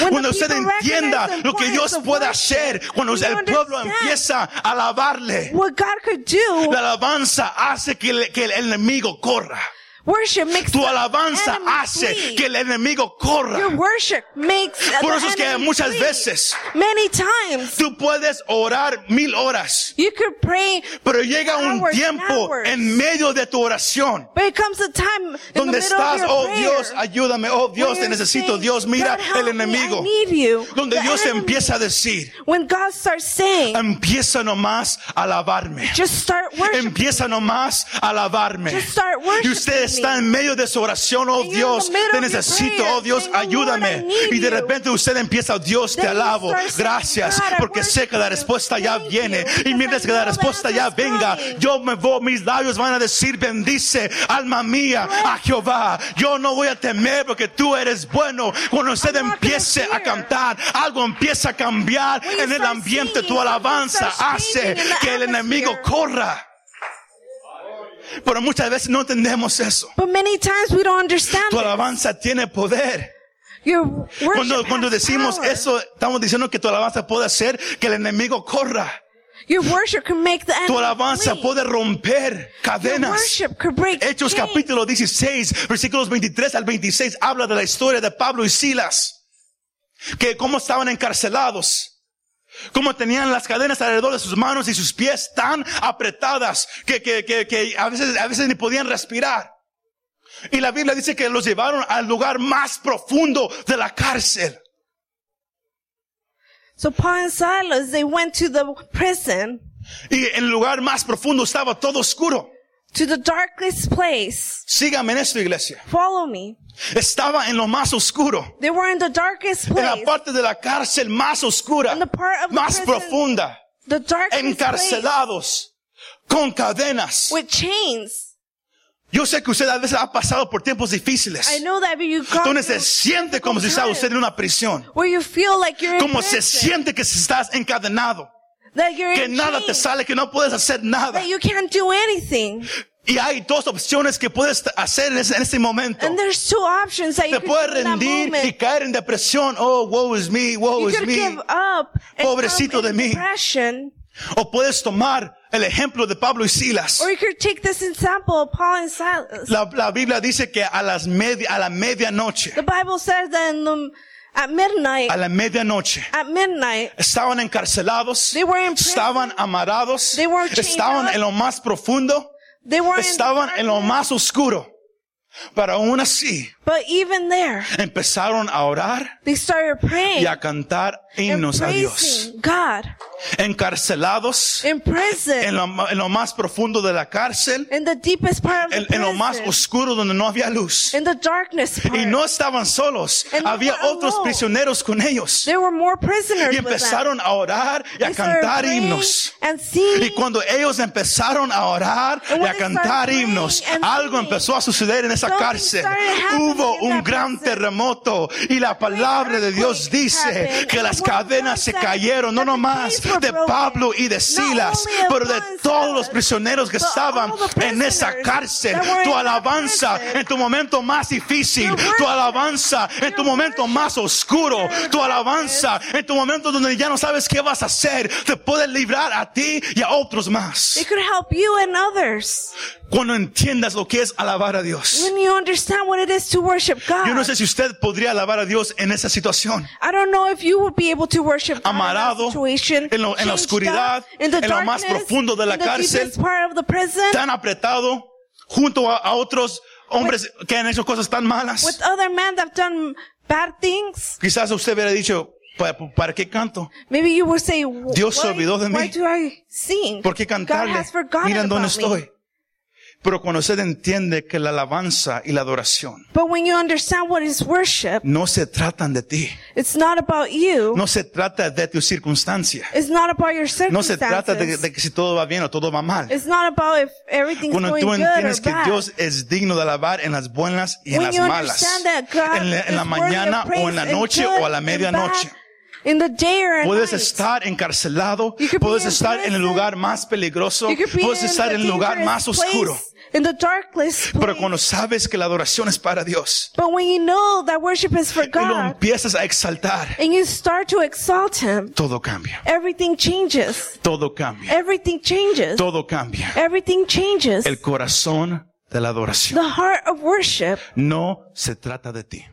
[SPEAKER 2] When the
[SPEAKER 1] Cuando usted
[SPEAKER 2] people
[SPEAKER 1] entienda
[SPEAKER 2] recognize the
[SPEAKER 1] lo que Dios
[SPEAKER 2] importance of
[SPEAKER 1] puede
[SPEAKER 2] worship,
[SPEAKER 1] hacer, cuando
[SPEAKER 2] when you
[SPEAKER 1] el pueblo
[SPEAKER 2] understand
[SPEAKER 1] empieza a alabarle,
[SPEAKER 2] what God could do,
[SPEAKER 1] la alabanza hace que, le- que el enemigo corra.
[SPEAKER 2] worship makes
[SPEAKER 1] Tu
[SPEAKER 2] the
[SPEAKER 1] alabanza
[SPEAKER 2] enemy
[SPEAKER 1] hace
[SPEAKER 2] flee.
[SPEAKER 1] que el enemigo corra.
[SPEAKER 2] Your worship makes the
[SPEAKER 1] Por eso es que
[SPEAKER 2] enemy
[SPEAKER 1] muchas
[SPEAKER 2] flee.
[SPEAKER 1] veces
[SPEAKER 2] many times
[SPEAKER 1] tú puedes orar mil horas,
[SPEAKER 2] you could pray,
[SPEAKER 1] pero llega un
[SPEAKER 2] Hours,
[SPEAKER 1] tiempo
[SPEAKER 2] hours.
[SPEAKER 1] en medio de tu oración
[SPEAKER 2] but it comes a time in the
[SPEAKER 1] Donde
[SPEAKER 2] middle
[SPEAKER 1] estás,
[SPEAKER 2] of your
[SPEAKER 1] oh
[SPEAKER 2] prayer
[SPEAKER 1] Dios, ayúdame, oh Dios,
[SPEAKER 2] where
[SPEAKER 1] te
[SPEAKER 2] you're
[SPEAKER 1] necesito,
[SPEAKER 2] saying,
[SPEAKER 1] Dios, mira
[SPEAKER 2] God, help
[SPEAKER 1] el
[SPEAKER 2] me,
[SPEAKER 1] enemigo.
[SPEAKER 2] I need you.
[SPEAKER 1] Donde
[SPEAKER 2] The
[SPEAKER 1] Dios
[SPEAKER 2] enemy.
[SPEAKER 1] empieza Em a decir,
[SPEAKER 2] When God starts saying,
[SPEAKER 1] empieza nomás a alabarme.
[SPEAKER 2] just
[SPEAKER 1] em
[SPEAKER 2] start worshiping.
[SPEAKER 1] Empieza nomás a alabarme.
[SPEAKER 2] Just start
[SPEAKER 1] Y
[SPEAKER 2] worshiping
[SPEAKER 1] usted está
[SPEAKER 2] me.
[SPEAKER 1] en medio de su oración, oh
[SPEAKER 2] And you're in
[SPEAKER 1] Dios,
[SPEAKER 2] the middle
[SPEAKER 1] te
[SPEAKER 2] of your
[SPEAKER 1] necesito,
[SPEAKER 2] prayer,
[SPEAKER 1] oh Dios,
[SPEAKER 2] saying, Lord,
[SPEAKER 1] ayúdame.
[SPEAKER 2] I need
[SPEAKER 1] Y de
[SPEAKER 2] you.
[SPEAKER 1] repente usted empieza, "Oh Dios, te
[SPEAKER 2] Then you
[SPEAKER 1] alabo.
[SPEAKER 2] start saying,
[SPEAKER 1] Gracias,
[SPEAKER 2] God, I
[SPEAKER 1] porque sé
[SPEAKER 2] worship
[SPEAKER 1] que la
[SPEAKER 2] you.
[SPEAKER 1] respuesta ya
[SPEAKER 2] Thank
[SPEAKER 1] viene.
[SPEAKER 2] you,
[SPEAKER 1] Y
[SPEAKER 2] because
[SPEAKER 1] mientras
[SPEAKER 2] I
[SPEAKER 1] que la
[SPEAKER 2] know the
[SPEAKER 1] respuesta ya
[SPEAKER 2] answer's
[SPEAKER 1] venga,
[SPEAKER 2] coming.
[SPEAKER 1] yo me voy, mis labios van a decir, bendice, alma mía, a Jehová. Yo no voy a temer porque tú eres bueno. Cuando usted
[SPEAKER 2] I'm not gonna
[SPEAKER 1] empiece a
[SPEAKER 2] fear.
[SPEAKER 1] cantar, algo empieza a cambiar
[SPEAKER 2] When you
[SPEAKER 1] en el
[SPEAKER 2] start
[SPEAKER 1] ambiente.
[SPEAKER 2] singing,
[SPEAKER 1] Tu
[SPEAKER 2] when you
[SPEAKER 1] alabanza
[SPEAKER 2] start
[SPEAKER 1] hace
[SPEAKER 2] singing in the
[SPEAKER 1] que el enemigo
[SPEAKER 2] atmosphere.
[SPEAKER 1] corra. Pero muchas veces no entendemos eso.
[SPEAKER 2] But many times we don't understand
[SPEAKER 1] Tu
[SPEAKER 2] it.
[SPEAKER 1] alabanza tiene poder.
[SPEAKER 2] Your worship
[SPEAKER 1] Cuando,
[SPEAKER 2] has
[SPEAKER 1] cuando decimos
[SPEAKER 2] power.
[SPEAKER 1] eso, estamos diciendo que tu alabanza puede hacer que el enemigo corra.
[SPEAKER 2] Your worship can make the enemy
[SPEAKER 1] Tu alabanza
[SPEAKER 2] flee.
[SPEAKER 1] puede romper
[SPEAKER 2] Your
[SPEAKER 1] cadenas.
[SPEAKER 2] worship could break
[SPEAKER 1] Hechos
[SPEAKER 2] chains.
[SPEAKER 1] capítulo 16, versículos 23 al 26 habla de la historia de Pablo y Silas. Que cómo estaban encarcelados. Cómo tenían las cadenas alrededor de sus manos y sus pies tan apretadas que, que, que, que a veces, a veces ni podían respirar. Y la Biblia dice que los llevaron al lugar más profundo de la cárcel.
[SPEAKER 2] So Paul and Silas, they went to the prison,
[SPEAKER 1] Y en el lugar más profundo estaba todo oscuro.
[SPEAKER 2] to the darkest place.
[SPEAKER 1] Sígame en esto, iglesia.
[SPEAKER 2] Follow me.
[SPEAKER 1] Estaba en lo más oscuro.
[SPEAKER 2] They were in the darkest
[SPEAKER 1] En la
[SPEAKER 2] place,
[SPEAKER 1] parte de la cárcel más oscura.
[SPEAKER 2] In the part of the
[SPEAKER 1] Más
[SPEAKER 2] prison-
[SPEAKER 1] profunda.
[SPEAKER 2] the darkest place,
[SPEAKER 1] Encarcelados. Con cadenas.
[SPEAKER 2] with chains.
[SPEAKER 1] Yo sé que usted a veces ha pasado por tiempos difíciles.
[SPEAKER 2] I know that you got
[SPEAKER 1] Donde se
[SPEAKER 2] through
[SPEAKER 1] siente como si está
[SPEAKER 2] difficult
[SPEAKER 1] usted en una prisión.
[SPEAKER 2] times, where you feel like you're in
[SPEAKER 1] Como se
[SPEAKER 2] prison,
[SPEAKER 1] siente que estás encadenado.
[SPEAKER 2] that you're
[SPEAKER 1] Que
[SPEAKER 2] in
[SPEAKER 1] nada te
[SPEAKER 2] chains,
[SPEAKER 1] sale, que no puedes hacer nada.
[SPEAKER 2] that you can't do anything.
[SPEAKER 1] Y hay dos opciones que puedes hacer en ese- en este momento.
[SPEAKER 2] And there's two options that you
[SPEAKER 1] Te
[SPEAKER 2] could
[SPEAKER 1] puedes
[SPEAKER 2] do in that
[SPEAKER 1] rendir
[SPEAKER 2] moment.
[SPEAKER 1] y caer en depresión. Oh, woe is me, woe
[SPEAKER 2] You
[SPEAKER 1] is
[SPEAKER 2] could
[SPEAKER 1] me.
[SPEAKER 2] give up and
[SPEAKER 1] Pobrecito
[SPEAKER 2] come
[SPEAKER 1] de
[SPEAKER 2] in
[SPEAKER 1] mí.
[SPEAKER 2] depression,
[SPEAKER 1] O puedes tomar el ejemplo de Pablo y Silas.
[SPEAKER 2] or you could take this example of Paul and Silas.
[SPEAKER 1] La, la Biblia dice que a las media, a la medianoche,
[SPEAKER 2] The Bible says that in the, at midnight,
[SPEAKER 1] a la medianoche,
[SPEAKER 2] at midnight,
[SPEAKER 1] estaban encarcelados,
[SPEAKER 2] They were in prison.
[SPEAKER 1] estaban amarrados,
[SPEAKER 2] They were chained
[SPEAKER 1] estaban
[SPEAKER 2] up.
[SPEAKER 1] en lo más profundo,
[SPEAKER 2] they were in
[SPEAKER 1] estaban en lo
[SPEAKER 2] darkness,
[SPEAKER 1] más oscuro. Pero aún así,
[SPEAKER 2] But even there,
[SPEAKER 1] empezaron a orar
[SPEAKER 2] they started praying
[SPEAKER 1] y a cantar
[SPEAKER 2] and
[SPEAKER 1] himnos a Dios.
[SPEAKER 2] praising God.
[SPEAKER 1] encarcelados
[SPEAKER 2] in prison,
[SPEAKER 1] en lo, ma- en lo más profundo de la cárcel,
[SPEAKER 2] in the deepest part of the
[SPEAKER 1] en, en lo más
[SPEAKER 2] prison,
[SPEAKER 1] oscuro donde no había luz.
[SPEAKER 2] in the darkness part.
[SPEAKER 1] Y no estaban solos,
[SPEAKER 2] And they
[SPEAKER 1] había
[SPEAKER 2] were
[SPEAKER 1] otros
[SPEAKER 2] alone.
[SPEAKER 1] prisioneros con ellos.
[SPEAKER 2] There were more prisoners
[SPEAKER 1] Y
[SPEAKER 2] with them.
[SPEAKER 1] empezaron a orar y a
[SPEAKER 2] They started
[SPEAKER 1] cantar
[SPEAKER 2] praying
[SPEAKER 1] himnos.
[SPEAKER 2] And
[SPEAKER 1] Y
[SPEAKER 2] singing,
[SPEAKER 1] cuando ellos empezaron a orar
[SPEAKER 2] And
[SPEAKER 1] y
[SPEAKER 2] when
[SPEAKER 1] a
[SPEAKER 2] they started
[SPEAKER 1] cantar
[SPEAKER 2] praying
[SPEAKER 1] himnos,
[SPEAKER 2] and
[SPEAKER 1] algo
[SPEAKER 2] singing,
[SPEAKER 1] empezó a suceder en esa
[SPEAKER 2] something
[SPEAKER 1] cárcel.
[SPEAKER 2] started happening
[SPEAKER 1] Hubo
[SPEAKER 2] in
[SPEAKER 1] un
[SPEAKER 2] that
[SPEAKER 1] gran
[SPEAKER 2] prison.
[SPEAKER 1] terremoto y la palabra de Dios
[SPEAKER 2] earthquake
[SPEAKER 1] dice
[SPEAKER 2] happened,
[SPEAKER 1] que
[SPEAKER 2] and
[SPEAKER 1] las
[SPEAKER 2] the word of
[SPEAKER 1] cadenas
[SPEAKER 2] God
[SPEAKER 1] se
[SPEAKER 2] said
[SPEAKER 1] cayeron, no
[SPEAKER 2] that the
[SPEAKER 1] nomás
[SPEAKER 2] chains were
[SPEAKER 1] de
[SPEAKER 2] broken,
[SPEAKER 1] Pablo y de
[SPEAKER 2] not
[SPEAKER 1] Silas,
[SPEAKER 2] only of
[SPEAKER 1] pero de
[SPEAKER 2] Barnabas,
[SPEAKER 1] todos los prisioneros que
[SPEAKER 2] but
[SPEAKER 1] estaban
[SPEAKER 2] all the
[SPEAKER 1] en esa
[SPEAKER 2] prisoners
[SPEAKER 1] cárcel.
[SPEAKER 2] that were
[SPEAKER 1] Tu
[SPEAKER 2] in that
[SPEAKER 1] alabanza
[SPEAKER 2] prison.
[SPEAKER 1] en tu momento más difícil,
[SPEAKER 2] Your
[SPEAKER 1] tu
[SPEAKER 2] worship,
[SPEAKER 1] alabanza en
[SPEAKER 2] your
[SPEAKER 1] tu momento
[SPEAKER 2] worship,
[SPEAKER 1] más oscuro,
[SPEAKER 2] your
[SPEAKER 1] tu alabanza en tu momento donde ya no sabes qué vas a hacer, te puede librar a ti y a otros más.
[SPEAKER 2] it could help you and others
[SPEAKER 1] Cuando entiendas lo que es alabar a Dios.
[SPEAKER 2] when you understand what it is to worship God.
[SPEAKER 1] Yo no sé si usted podría alabar a Dios en esa situación.
[SPEAKER 2] I don't know if you would be able to worship God in
[SPEAKER 1] Amarrado,
[SPEAKER 2] that situation,
[SPEAKER 1] en lo- en la
[SPEAKER 2] Changed
[SPEAKER 1] oscuridad,
[SPEAKER 2] up, in the
[SPEAKER 1] en lo más
[SPEAKER 2] darkness,
[SPEAKER 1] profundo de la
[SPEAKER 2] in the
[SPEAKER 1] cárcel.
[SPEAKER 2] deepest part of the prison,
[SPEAKER 1] Tan apretado junto a, a otros hombres que han hecho cosas tan
[SPEAKER 2] with
[SPEAKER 1] malas.
[SPEAKER 2] other men that have done bad things.
[SPEAKER 1] Quizás usted hubiera dicho, "Pa- ¿para, qué canto?
[SPEAKER 2] Maybe you will say, "Wh-
[SPEAKER 1] Dios se
[SPEAKER 2] why,
[SPEAKER 1] olvidó de
[SPEAKER 2] why
[SPEAKER 1] mí.
[SPEAKER 2] do I sing?
[SPEAKER 1] ¿Por qué
[SPEAKER 2] God
[SPEAKER 1] cantarle?
[SPEAKER 2] has forgotten
[SPEAKER 1] Miren dónde
[SPEAKER 2] about me."
[SPEAKER 1] estoy. Pero cuando usted entiende que la alabanza y la adoración
[SPEAKER 2] But when you understand what is worship,
[SPEAKER 1] no se tratan de ti,
[SPEAKER 2] it's not about you.
[SPEAKER 1] no se trata de tu circunstancia,
[SPEAKER 2] It's not about your
[SPEAKER 1] no
[SPEAKER 2] circumstances.
[SPEAKER 1] se trata de, de que si todo va bien o todo va mal.
[SPEAKER 2] It's not about if everything's
[SPEAKER 1] Cuando
[SPEAKER 2] going
[SPEAKER 1] tú
[SPEAKER 2] good or
[SPEAKER 1] entiendes que
[SPEAKER 2] bad.
[SPEAKER 1] Dios es digno de alabar en las buenas y en
[SPEAKER 2] When
[SPEAKER 1] las
[SPEAKER 2] you
[SPEAKER 1] malas,
[SPEAKER 2] understand that God
[SPEAKER 1] en la, en la
[SPEAKER 2] is worthy of
[SPEAKER 1] mañana o en
[SPEAKER 2] praise
[SPEAKER 1] la
[SPEAKER 2] and
[SPEAKER 1] noche
[SPEAKER 2] good
[SPEAKER 1] o a la
[SPEAKER 2] and
[SPEAKER 1] medianoche,
[SPEAKER 2] bad, In the day or at
[SPEAKER 1] puedes
[SPEAKER 2] night.
[SPEAKER 1] estar encarcelado,
[SPEAKER 2] You could be
[SPEAKER 1] puedes
[SPEAKER 2] in
[SPEAKER 1] estar en el
[SPEAKER 2] prison.
[SPEAKER 1] lugar más peligroso,
[SPEAKER 2] You could be
[SPEAKER 1] puedes
[SPEAKER 2] in
[SPEAKER 1] estar
[SPEAKER 2] the
[SPEAKER 1] en el lugar
[SPEAKER 2] dangerous
[SPEAKER 1] más oscuro,
[SPEAKER 2] place, In the darkest
[SPEAKER 1] pero
[SPEAKER 2] place.
[SPEAKER 1] cuando sabes que la adoración es para Dios
[SPEAKER 2] But when you know that worship is for
[SPEAKER 1] y lo
[SPEAKER 2] God
[SPEAKER 1] empiezas a exaltar,
[SPEAKER 2] and you start to exalt Him,
[SPEAKER 1] todo cambia,
[SPEAKER 2] everything changes.
[SPEAKER 1] todo cambia,
[SPEAKER 2] Everything changes.
[SPEAKER 1] todo cambia.
[SPEAKER 2] Everything changes.
[SPEAKER 1] El corazón de la adoración
[SPEAKER 2] The heart of worship
[SPEAKER 1] no se trata de ti.